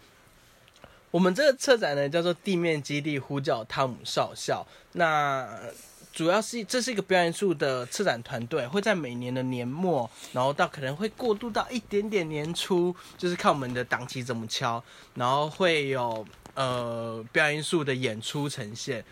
[SPEAKER 1] 我们这个策展呢叫做地面基地呼叫汤姆少校。那呃主要是这是一个表演术的策展团队，会在每年的年末，然后到可能会过渡到一点点年初，就是看我们的档期怎么敲，然后会有呃表演术的演出呈现。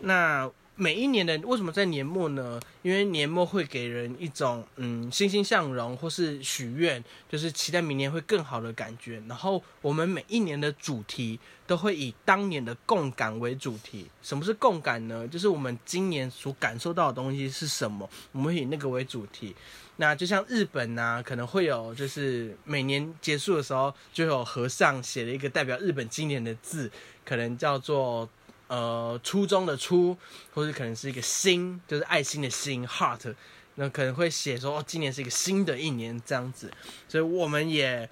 [SPEAKER 1] 那每一年的为什么在年末呢？因为年末会给人一种嗯欣欣向荣或是许愿，就是期待明年会更好的感觉。然后我们每一年的主题都会以当年的共感为主题。什么是共感呢？就是我们今年所感受到的东西是什么，我们会以那个为主题。那就像日本啊，可能会有就是每年结束的时候，就有和尚写了一个代表日本今年的字，可能叫做呃初中的初，或者可能是一个心，就是爱心的心 heart。那可能会写说、哦，今年是一个新的一年这样子，所以我们也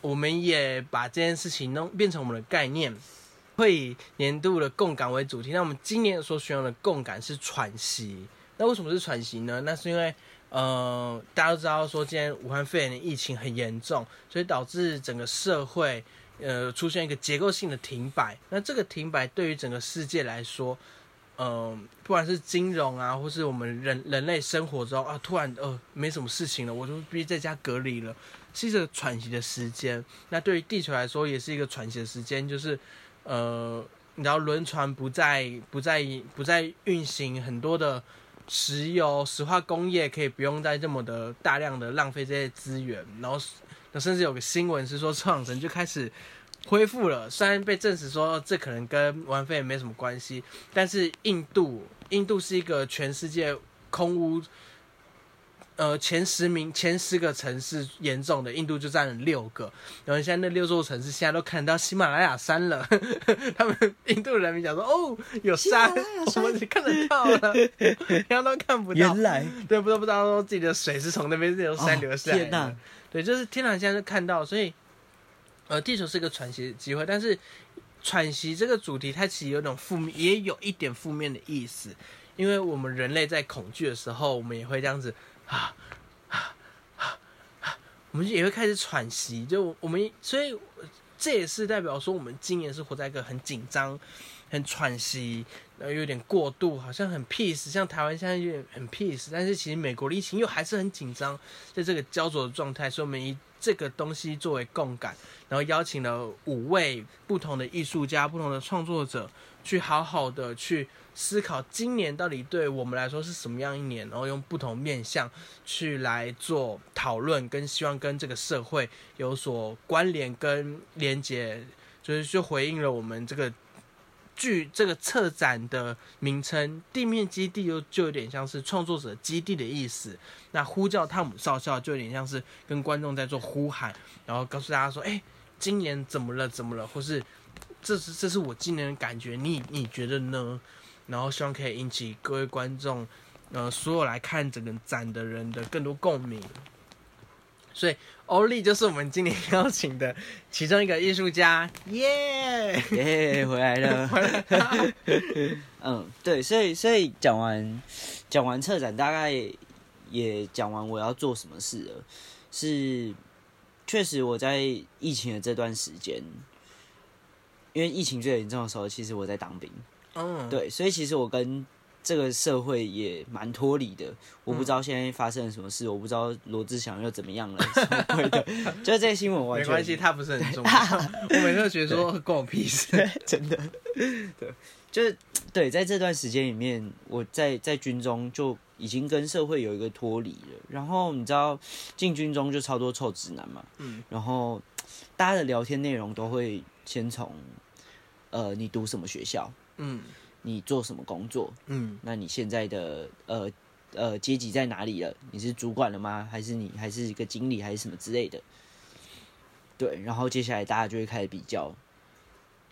[SPEAKER 1] 我们也把这件事情弄变成我们的概念，会以年度的共感为主题。那我们今年所选用的共感是喘息。那为什么是喘息呢？那是因为呃，大家都知道说今天武汉肺炎的疫情很严重，所以导致整个社会呃出现一个结构性的停摆。那这个停摆对于整个世界来说，呃，不管是金融啊，或是我们人人类生活中啊，突然呃没什么事情了，我就必须在家隔离了，是一个喘息的时间。那对于地球来说，也是一个喘息的时间，就是呃，你知道轮船不再不再不再运行，很多的石油、石化工业可以不用再这么的大量的浪费这些资源，然后那甚至有个新闻是说，臭氧层就开始恢复了，虽然被证实说这可能跟武汉肺炎没什么关系，但是印度，印度是一个全世界空污呃前十名前十个城市严重的，印度就占了六个。然后现在那六座城市现在都看到喜马拉雅山了， 他们印度人民讲说哦有 山，我们只看得到了，人家都看不到。哦
[SPEAKER 2] 原来
[SPEAKER 1] 对，不都不知道说自己的水是从那边这由山流下来的。
[SPEAKER 2] 天哪！
[SPEAKER 1] 对，就是天堂现在就看到，所以呃，地球是一个喘息的机会，但是喘息这个主题它其实有种负面，也有一点负面的意思，因为我们人类在恐惧的时候，我们也会这样子啊啊啊啊，我们也会开始喘息，就我们所以这也是代表说我们今年是活在一个很紧张。很喘息，然后有点过度，好像很 peace，像台湾现在有点很 peace，但是其实美国的疫情又还是很紧张，在这个焦灼的状态，所以我们以这个东西作为共感，然后邀请了五位不同的艺术家、不同的创作者，去好好的去思考今年到底对我们来说是什么样一年，然后用不同面向去来做讨论，跟希望跟这个社会有所关联跟连结，就是就回应了我们这个。据这个策展的名称，地面基地就就有点像是创作者基地的意思。那呼叫汤姆少校就有点像是跟观众在做呼喊，然后告诉大家说：“哎，今年怎么了？怎么了？”或是这是这是我今年的感觉，你你觉得呢？然后希望可以引起各位观众，呃，所有来看整个展的人的更多共鸣。所以欧丽就是我们今年邀请的其中一个艺术家，耶、
[SPEAKER 2] 耶、回来了。嗯，对，所以所以讲完讲完策展，大概也讲完我要做什么事了。是，确实我在疫情的这段时间，因为疫情最严重的时候，其实我在当兵。
[SPEAKER 1] 嗯，
[SPEAKER 2] 对，所以其实我跟这个社会也蛮脱离的。我
[SPEAKER 1] 嗯
[SPEAKER 2] 不知道现在发生了什么事，我不知道罗志祥又怎么样了，什么 鬼的，就是这些新闻完
[SPEAKER 1] 没
[SPEAKER 2] 全啊
[SPEAKER 1] 关系，他不是很重要。 我每次都觉得说关我屁事。
[SPEAKER 2] 真的，对，就是对，在这段时间里面，我在在军中就已经跟社会有一个脱离了。然后你知道进军中就超多臭直男嘛，
[SPEAKER 1] 嗯，
[SPEAKER 2] 然后大家的聊天内容都会先从呃你读什么学校，
[SPEAKER 1] 嗯
[SPEAKER 2] 你做什么工作，
[SPEAKER 1] 嗯
[SPEAKER 2] 那你现在的呃呃阶级在哪里了？你是主管了吗？还是你还是一个经理还是什么之类的？对，然后接下来大家就会开始比较，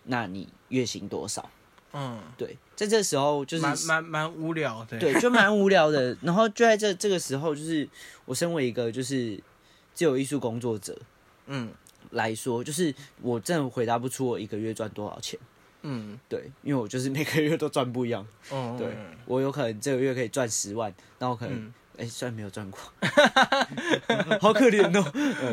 [SPEAKER 2] 那你月薪多少？
[SPEAKER 1] 嗯，
[SPEAKER 2] 对，在这时候就是
[SPEAKER 1] 蛮蛮蛮无聊的。，
[SPEAKER 2] 嗯对，就蛮无聊的。然后就在这这个时候，就是我身为一个就是自由艺术工作者
[SPEAKER 1] 嗯
[SPEAKER 2] 来说，就是我真的回答不出我一个月赚多少钱。
[SPEAKER 1] 嗯
[SPEAKER 2] 对，因为我就是每个月都赚不一样。
[SPEAKER 1] 哦，
[SPEAKER 2] 对我有可能这个月可以赚十万，那我可能
[SPEAKER 1] 嗯
[SPEAKER 2] 哎、虽然没有 赚过，好可怜哦。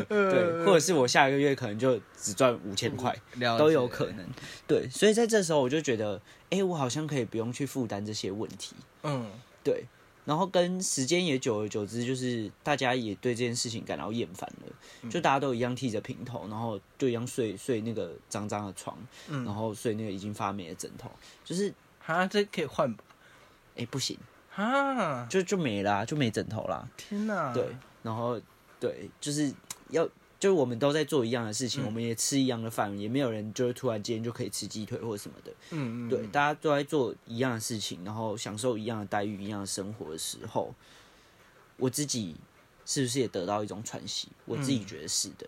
[SPEAKER 2] 嗯，对，或者是我下个月可能就只赚五千块，
[SPEAKER 1] 嗯了解
[SPEAKER 2] 都有可。能。对，所以在这时候我就觉得，哎、我好像可以不用去负担这些问题。
[SPEAKER 1] 嗯
[SPEAKER 2] 对，然后跟时间也久而久之，就是大家也对这件事情感到厌烦
[SPEAKER 1] 嗯
[SPEAKER 2] 了，就大家都一样剃着平头，然后就一样睡睡那个脏脏的床，然
[SPEAKER 1] 嗯，
[SPEAKER 2] 后睡那个已经发霉的枕头，就是
[SPEAKER 1] 哈，这可以换吧？
[SPEAKER 2] 哎、不行，
[SPEAKER 1] 哈，
[SPEAKER 2] 就就没啦，就没枕头啦。
[SPEAKER 1] 天哪！
[SPEAKER 2] 对，然后对，就是要就是我们都在做一样的事情，我们也吃一样的饭，也没有人就是突然间就可以吃鸡腿或者什么的。
[SPEAKER 1] 嗯，嗯嗯，
[SPEAKER 2] 对，大家都在做一样的事情，然后享受一样的待遇、一样的生活的时候，我自己是不是也得到一种喘息？我自己觉得是的，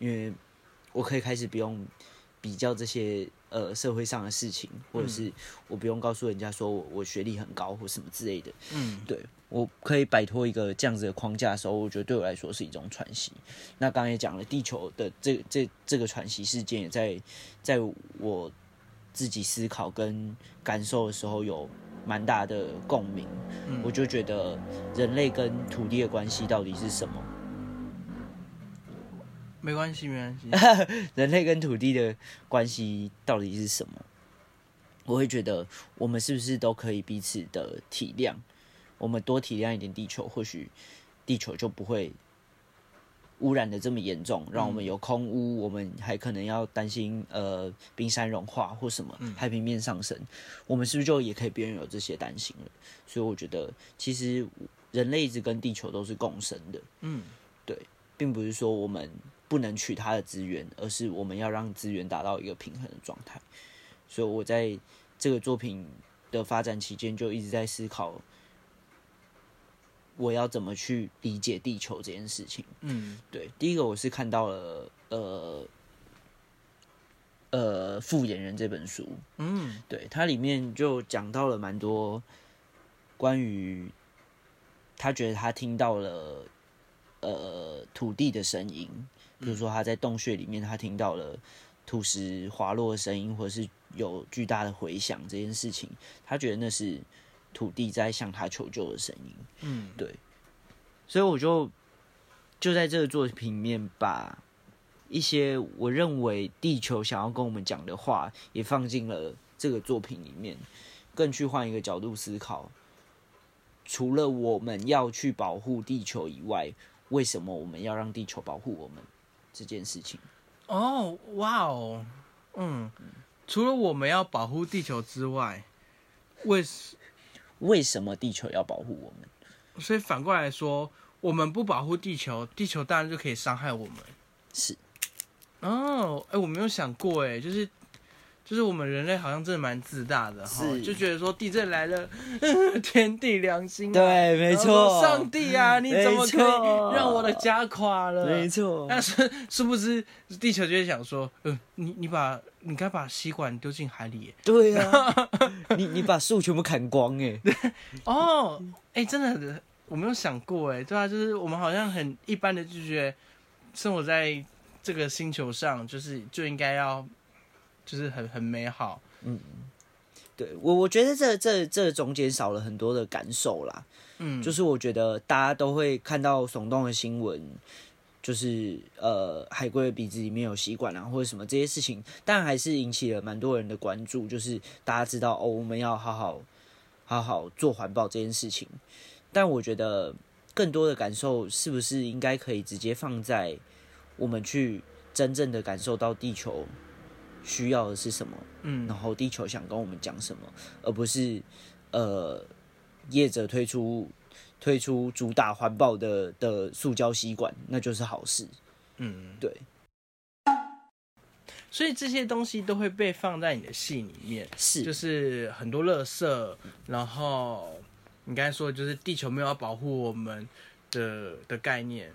[SPEAKER 2] 因为我可以开始不用比较这些呃社会上的事情，或者是我不用告诉人家说我我学历很高或什么之类的。
[SPEAKER 1] 嗯，
[SPEAKER 2] 对我可以摆脱一个这样子的框架的时候，我觉得对我来说是一种喘息。那刚刚也讲了，地球的这这这个喘息事件，也在在我自己思考跟感受的时候有蛮大的共鸣。
[SPEAKER 1] 嗯
[SPEAKER 2] 我就觉得人类跟土地的关系到底是什么？
[SPEAKER 1] 没关系，没 关系。
[SPEAKER 2] 人类跟土地的关系到底是什么？我会觉得，我们是不是都可以彼此的体谅？我们多体谅一点地球，或许地球就不会污染的这么严重，让我们有空污，我们还可能要担心呃冰山融化或什么海平面上升。我们是不是就也可以不用有这些担心了？所以我觉得，其实人类一直跟地球都是共生的。
[SPEAKER 1] 嗯
[SPEAKER 2] 并不是说我们不能取它的资源，而是我们要让资源达到一个平衡的状态。所以我在这个作品的发展期间，就一直在思考我要怎么去理解地球这件事情。
[SPEAKER 3] 嗯
[SPEAKER 2] 对，第一个我是看到了呃呃《复眼人》这本书，
[SPEAKER 3] 嗯
[SPEAKER 2] 对，它里面就讲到了蛮多关于他觉得他听到了呃土地的声音，比如说他在洞穴里面他听到了土石滑落的声音，或者是有巨大的回响这件事情，他觉得那是土地在向他求救的声音。
[SPEAKER 3] 嗯
[SPEAKER 2] 所以我就就在这个作品里面把一些我认为地球想要跟我们讲的话，也放进了这个作品里面，更去换一个角度思考。除了我们要去保护地球以外，为什么我们要让地球保护我们这件事情？
[SPEAKER 1] 哦，哇哦，嗯，除了我们要保护地球之外，为什
[SPEAKER 2] 为什么地球要保护我们？
[SPEAKER 1] 所以反过来说，我们不保护地球，地球当然就可以伤害我们。
[SPEAKER 2] 是
[SPEAKER 1] 嗯哦，哎、我没有想过，哎，就是就是我们人类好像真的蛮自大的哈，
[SPEAKER 2] 是
[SPEAKER 1] 就觉得说地震来了， 天地良心、啊，
[SPEAKER 2] 对，没
[SPEAKER 1] 然后说上帝 啊，你怎么可
[SPEAKER 2] 没
[SPEAKER 1] 以
[SPEAKER 2] 错
[SPEAKER 1] 让我的家垮了？
[SPEAKER 2] 没错，
[SPEAKER 1] 但是 殊不知，地球就会想说，嗯，你你把你该把吸管丢进海里耶。
[SPEAKER 2] 对啊，你你把树全部砍光哎、
[SPEAKER 1] 哦，哎、真的很，我没有想过，哎，对啊，就是我们好像很一般的就觉得，生活在这个星球上，就是就应该要，就是很很美好。
[SPEAKER 2] 对我，我觉得这这这中间少了很多的感受啦。
[SPEAKER 1] 嗯，
[SPEAKER 2] 就是我觉得大家都会看到耸动的新闻，就是呃海龟的鼻子里面有吸管啊，或者什么这些事情，但还是引起了蛮多人的关注。就是大家知道哦，我们要好好好好做环保这件事情。但我觉得更多的感受是不是应该可以直接放在我们去真正的感受到地球需要的是什么，
[SPEAKER 1] 嗯
[SPEAKER 2] 然后地球想跟我们讲什么，而不是呃业者推出推出主打环保的的塑胶吸管，那就是好事。
[SPEAKER 1] 嗯，
[SPEAKER 2] 对，
[SPEAKER 1] 所以这些东西都会被放在你的戏里面。
[SPEAKER 2] 是，
[SPEAKER 1] 就是很多垃圾，然后你刚才说的就是地球没有要保护我们的的概念，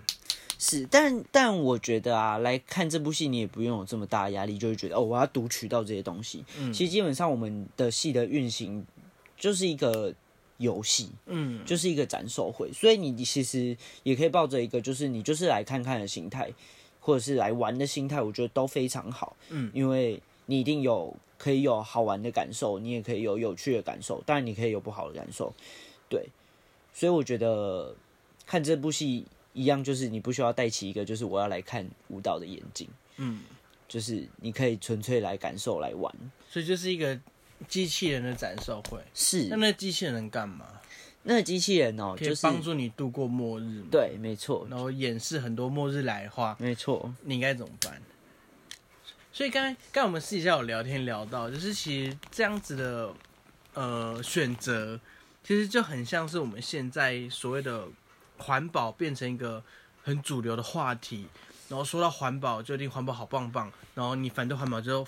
[SPEAKER 2] 是，但但我觉得啊，来看这部戏，你也不用有这么大的压力，就会觉得哦，我要读取到这些东西。其实基本上我们的戏的运行就是一个游戏，
[SPEAKER 1] 嗯，
[SPEAKER 2] 就是一个展售会，所以你其实也可以抱着一个就是你就是来看看的心态，或者是来玩的心态，我觉得都非常好。
[SPEAKER 1] 嗯，
[SPEAKER 2] 因为你一定有可以有好玩的感受，你也可以有有趣的感受，当然你可以有不好的感受，对。所以我觉得看这部戏一样，就是你不需要带起一个就是我要来看舞蹈的眼睛，
[SPEAKER 1] 嗯，
[SPEAKER 2] 就是你可以纯粹来感受来玩，
[SPEAKER 1] 所以就是一个机器人的展售会。
[SPEAKER 2] 是
[SPEAKER 1] 那那机器人能干嘛？
[SPEAKER 2] 那个机器人哦，
[SPEAKER 1] 可
[SPEAKER 2] 就
[SPEAKER 1] 以
[SPEAKER 2] 是
[SPEAKER 1] 帮助你度过末日吗，
[SPEAKER 2] 对，没错，
[SPEAKER 1] 然后演示很多末日来的话，
[SPEAKER 2] 没错，
[SPEAKER 1] 你应该怎么办？所以刚才刚才我们私底下有聊天聊到，就是其实这样子的呃选择，其实就很像是我们现在所谓的环保变成一个很主流的话题。然后说到环保，就一定环保好棒棒，然后你反对环保就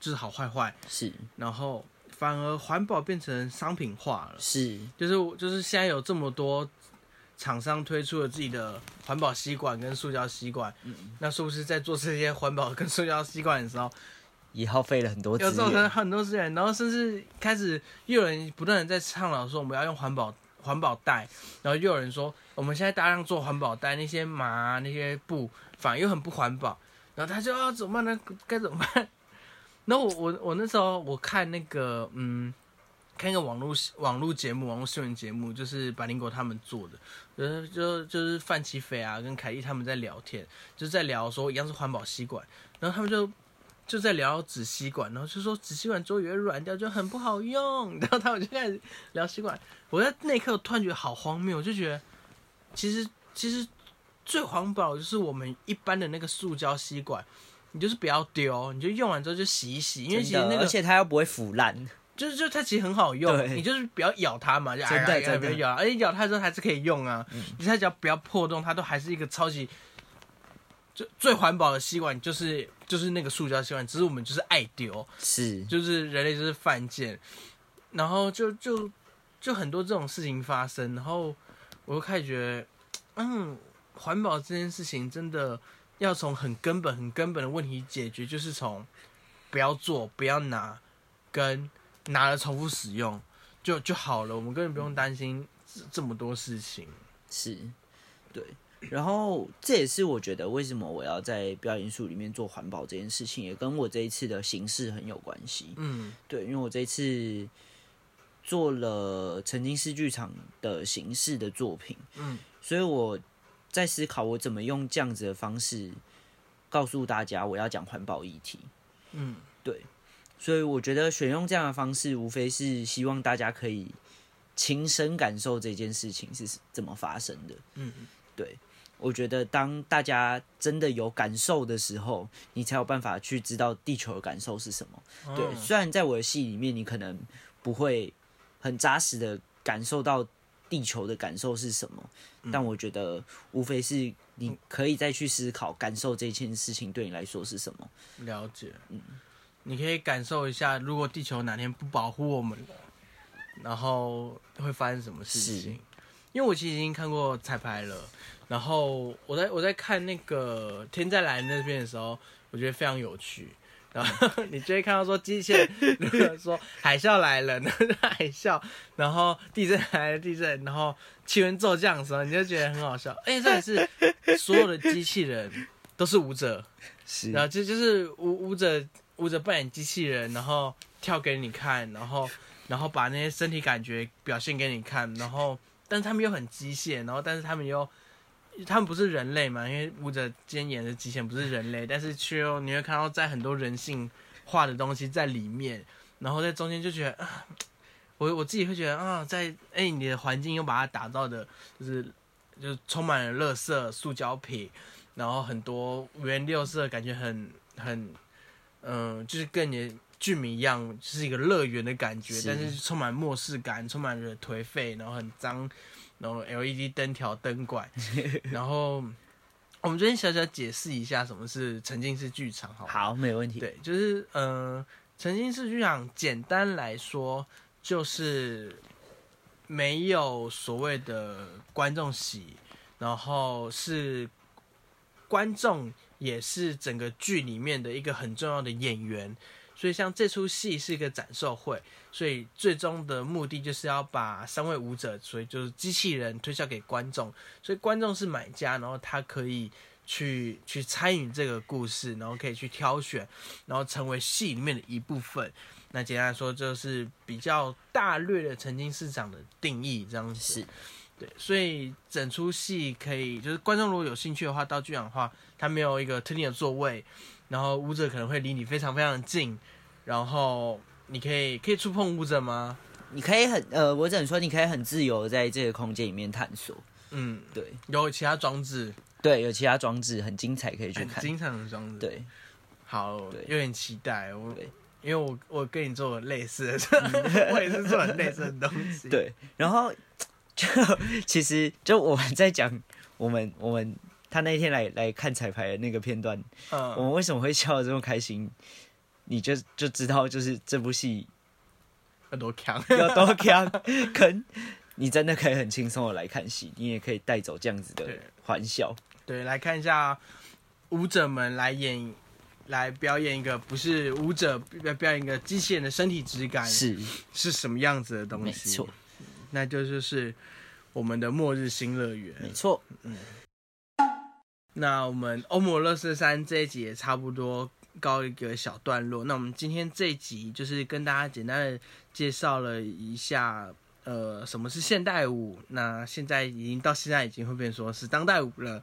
[SPEAKER 1] 就是好坏坏，
[SPEAKER 2] 是
[SPEAKER 1] 然后反而环保变成商品化了。
[SPEAKER 2] 是，
[SPEAKER 1] 就是我就是现在有这么多厂商推出了自己的环保吸管跟塑胶吸管，那是不是在做这些环保跟塑胶吸管的时候，
[SPEAKER 2] 也耗费了很多资
[SPEAKER 1] 要造成
[SPEAKER 2] 源，
[SPEAKER 1] 很多资源，然后甚至开始又有人不断的在倡导说我们要用环保环保袋，然后又有人说我们现在大量做环保袋，那些麻啊那些布反而又很不环保，然后他就要、啊、怎么办呢？该怎么办？ 然后我我我那时候我看那个嗯，看一个网络网络节目，网络新闻节目，就是百灵果他们做的，就是就就是范奇斐啊跟凯莉他们在聊天，就是在聊说一样是环保吸管，然后他们就就在聊纸吸管，然后就说纸吸管周围软掉就很不好用， 然后他们就开始聊吸管。我在那一刻突然觉得好荒谬，我就觉得其实其实最环保的就是我们一般的那个塑胶吸管，你就是不要丢，你就用完之后就洗一洗，因为其实
[SPEAKER 2] 真的
[SPEAKER 1] 那
[SPEAKER 2] 而
[SPEAKER 1] 个
[SPEAKER 2] 且它又不会腐烂，
[SPEAKER 1] 就是就是它其实很好用，
[SPEAKER 2] 对
[SPEAKER 1] 你就是不要咬它嘛，就
[SPEAKER 2] 真的
[SPEAKER 1] 哎呀
[SPEAKER 2] 真的嗯
[SPEAKER 1] 不要咬，而且咬它之后还是可以用啊，你它只要不要破洞，它都还是一个超级最最环保的吸管，就是就是那个塑胶吸管，只是我们就是爱丢，
[SPEAKER 2] 是
[SPEAKER 1] 就是人类就是犯贱，然后就就就很多这种事情发生，然后我就开始觉得，嗯，环保这件事情真的要从很根本、很根本的问题解决，就是从不要做、不要拿，跟拿了重复使用就就好了。我们根本不用担心这这么多事情。
[SPEAKER 2] 是，对。然后这也是我觉得为什么我要在表演艺术里面做环保这件事情，也跟我这一次的形式很有关系。
[SPEAKER 1] 嗯
[SPEAKER 2] 对，因为我这次做了曾经是剧场的形式的作品，
[SPEAKER 1] 嗯，
[SPEAKER 2] 所以我在思考我怎么用这样子的方式告诉大家我要讲环保议题。
[SPEAKER 1] 嗯，
[SPEAKER 2] 对，所以我觉得选用这样的方式，无非是希望大家可以亲身感受这件事情是怎么发生的。
[SPEAKER 1] 嗯，
[SPEAKER 2] 对。我觉得，当大家真的有感受的时候，你才有办法去知道地球的感受是什么。对，
[SPEAKER 1] 嗯
[SPEAKER 2] 虽然在我的戏里面，你可能不会很扎实的感受到地球的感受是什么，但我觉得无非是你可以再去思考感受这件事情对你来说是什么。
[SPEAKER 1] 了解。嗯你可以感受一下，如果地球哪天不保护我们了，然后会发生什么事
[SPEAKER 2] 是
[SPEAKER 1] 情？因为我其实已经看过彩排了，然后我在我在看那个《天再蓝》那边的时候，我觉得非常有趣。然后你就会看到说机 械，如果说海啸来了，那是海啸， 然后地震来了地震，然后气温骤降的时候，你就觉得很好笑。而且这也是所有的机器人都是舞者，
[SPEAKER 2] 是
[SPEAKER 1] 然后这就是舞舞者舞者扮演机器人，然后跳给你看，然后然后把那些身体感觉表现给你看，然后但是他们又很机械，然后但是他们又他们不是人类嘛，因为舞者今天演的极限不是人类，但是却又你会看到在很多人性化的东西在里面，然后在中间就觉得啊。我我自己会觉得啊，在哎、你的环境又把它打造的，就是就是充满了垃圾、塑胶品，然后很多五颜六色，感觉很很，嗯、就是跟你的剧名一样，就是一个乐园的感觉，
[SPEAKER 2] 是
[SPEAKER 1] 但是充满漠视感，充满了颓废，然后很脏，然后 LED 灯条、灯管， 然后我们这边小小解释一下什么是沉浸式剧场好了，
[SPEAKER 2] 好，没问题。
[SPEAKER 1] 对，就是嗯，沉浸式剧场简单来说就是没有所谓的观众席，然后是观众也是整个剧里面的一个很重要的演员，所以像这出戏是一个展售会，所以最终的目的就是要把三位舞者，所以就是机器人推销给观众，所以观众是买家，然后他可以。去去参与这个故事，然后可以去挑选，然后成为戏里面的一部分。那简单来说，就是比较大略的曾经市场的定义这样子。
[SPEAKER 2] 是
[SPEAKER 1] 对，所以整出戏可以，就是观众如果有兴趣的话，到剧场的话，它没有一个特定的座位，然后舞者可能会离你非常非常近，然后你可以可以触碰舞者吗？
[SPEAKER 2] 你可以很呃，我只能说你可以很自由地在这个空间里面探索。
[SPEAKER 1] 嗯，
[SPEAKER 2] 对
[SPEAKER 1] 有其他装置，
[SPEAKER 2] 对，有其他装置很精彩，可以去
[SPEAKER 1] 很
[SPEAKER 2] 看。
[SPEAKER 1] 经常的装置。，
[SPEAKER 2] 对，
[SPEAKER 1] 好，
[SPEAKER 2] 对
[SPEAKER 1] 有点期待我
[SPEAKER 2] 对，
[SPEAKER 1] 因为我我跟你做了类似的， 我也是做了类似的东西。，
[SPEAKER 2] 对，然后 就其实就我们在讲我们我们他那天来来看彩排的那个片段，我
[SPEAKER 1] 嗯，
[SPEAKER 2] 们为什么会笑得这么开心？你就就知道，就是这部戏
[SPEAKER 1] 很多强。
[SPEAKER 2] 有多强，跟你真的可以很轻松的来看戏，你也可以带走这样子的
[SPEAKER 1] 对
[SPEAKER 2] 欢笑。
[SPEAKER 1] 对，来看一下舞者们来演，来表演一个不是舞者表表演一个机器人的身体质感
[SPEAKER 2] 是，
[SPEAKER 1] 是什么样子的东
[SPEAKER 2] 没
[SPEAKER 1] 西。
[SPEAKER 2] 错，
[SPEAKER 1] 那就就是我们的末日新乐园。
[SPEAKER 2] 没错，
[SPEAKER 1] 那我们欧姆勒斯山这一集也差不多告一个小段落。那我们今天这一集就是跟大家简单的介绍了一下，呃，什么是现代舞。那现在已经到现在已经会变说是当代舞了，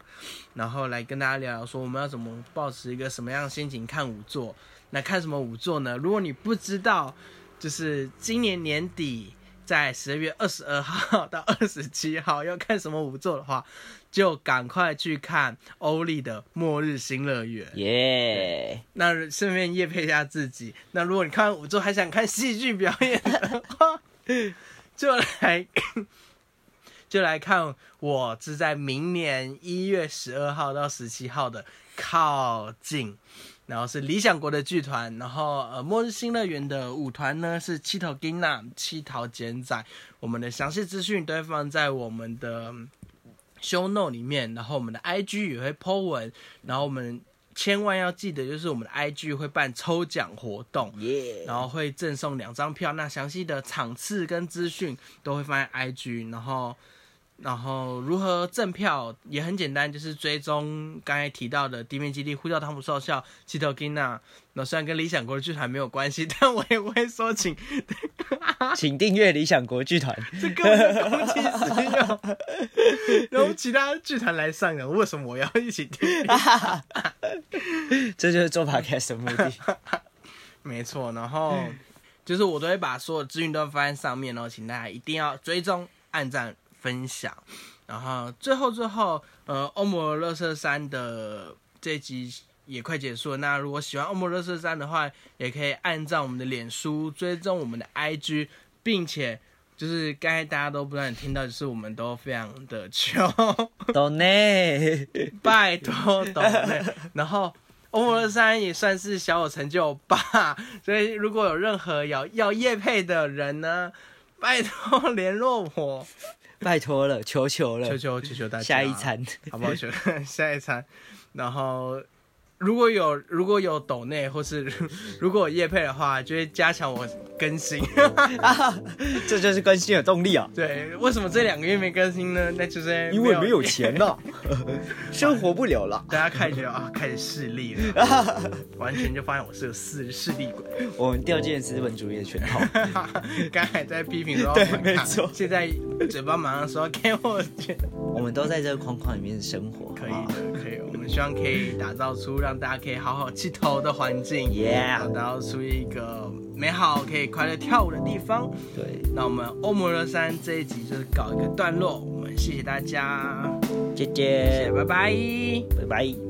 [SPEAKER 1] 然后来跟大家聊聊说我们要怎么保持一个什么样的心情看舞作。那看什么舞作呢？如果你不知道，就是今年年底。在十二月二十二号到二十七号要看什么舞作的话，就赶快去看欧丽的《末日新乐园》。
[SPEAKER 2] 耶、
[SPEAKER 1] 那顺便夜配一下自己。那如果你看完舞之后还想看戏剧表演的话，就来 就来看我是在明年一月十二号到十七号的《靠近》，然后是理想国的剧团，然后呃末日新乐园的舞团呢是七头金娜、七头简仔。我们的详细资讯都会放在我们的嗯 show note 里面，然后我们的 IG 也会 po 文，然后我们千万要记得，就是我们的 IG 会办抽奖活动，
[SPEAKER 2] 耶、
[SPEAKER 1] 然后会赠送两张票。那详细的场次跟资讯都会放在 IG，然后然后如何赠票也很简单，就是追踪刚才提到的地面基地、呼叫汤姆少校、七头金娜。那虽然跟理想国的剧团没有关系，但我也会说请
[SPEAKER 2] 请订阅理想国剧团。
[SPEAKER 1] 这根本就是公器私用。 然后其他剧团来上的，为什么我要一起听？
[SPEAKER 2] 这就是做 podcast 的目的。
[SPEAKER 1] 没错，然后就是我都会把所有资讯都放在上面，然后请大家一定要追踪、按赞、分享。然后最后最后，呃，欧姆乐色三的这一集也快结束了。那如果喜欢欧姆乐色三的话，也可以按照我们的脸书，追踪我们的 IG，并且就是刚才大家都不断地听到，就是我们都非常的 穷。
[SPEAKER 2] 懂内，
[SPEAKER 1] 拜托懂内。然后欧文山也算是小有成就吧，所以如果有任何要要叶配的人呢，拜托联络我，
[SPEAKER 2] 拜托了，求求了，
[SPEAKER 1] 求求求求大家，
[SPEAKER 2] 下一餐。
[SPEAKER 1] 好不好？求 下一餐，然后。如果有如果有抖内或是 如如果有叶配的话，就会加强我更新。
[SPEAKER 2] 啊， 这就是更新的动力啊！
[SPEAKER 1] 对，为什么这两个月没更新呢？那就是
[SPEAKER 2] 因为没有钱呐、生活不了了。
[SPEAKER 1] 大家开始觉得啊，开始势利了， 完全就发现我是个势势利鬼。
[SPEAKER 2] 我们掉进了资本主义的圈 套。
[SPEAKER 1] 刚才在批评说
[SPEAKER 2] 对
[SPEAKER 1] 要反抗
[SPEAKER 2] 没错
[SPEAKER 1] 现在嘴巴马上说给我钱，
[SPEAKER 2] 我们都在这个框框里面生活，
[SPEAKER 1] 可以
[SPEAKER 2] 好不好
[SPEAKER 1] 的，可以。我们希望可以打造出让大家可以好好气头的环境
[SPEAKER 2] Yeah
[SPEAKER 1] 打造出一个美好可以快乐跳舞的地方。
[SPEAKER 2] 对，
[SPEAKER 1] 那我们欧摩乐山这一集就是搞一个段落，我们谢谢大家，
[SPEAKER 2] 姐
[SPEAKER 1] 谢谢，
[SPEAKER 2] 姐，
[SPEAKER 1] 拜拜。
[SPEAKER 2] 拜拜。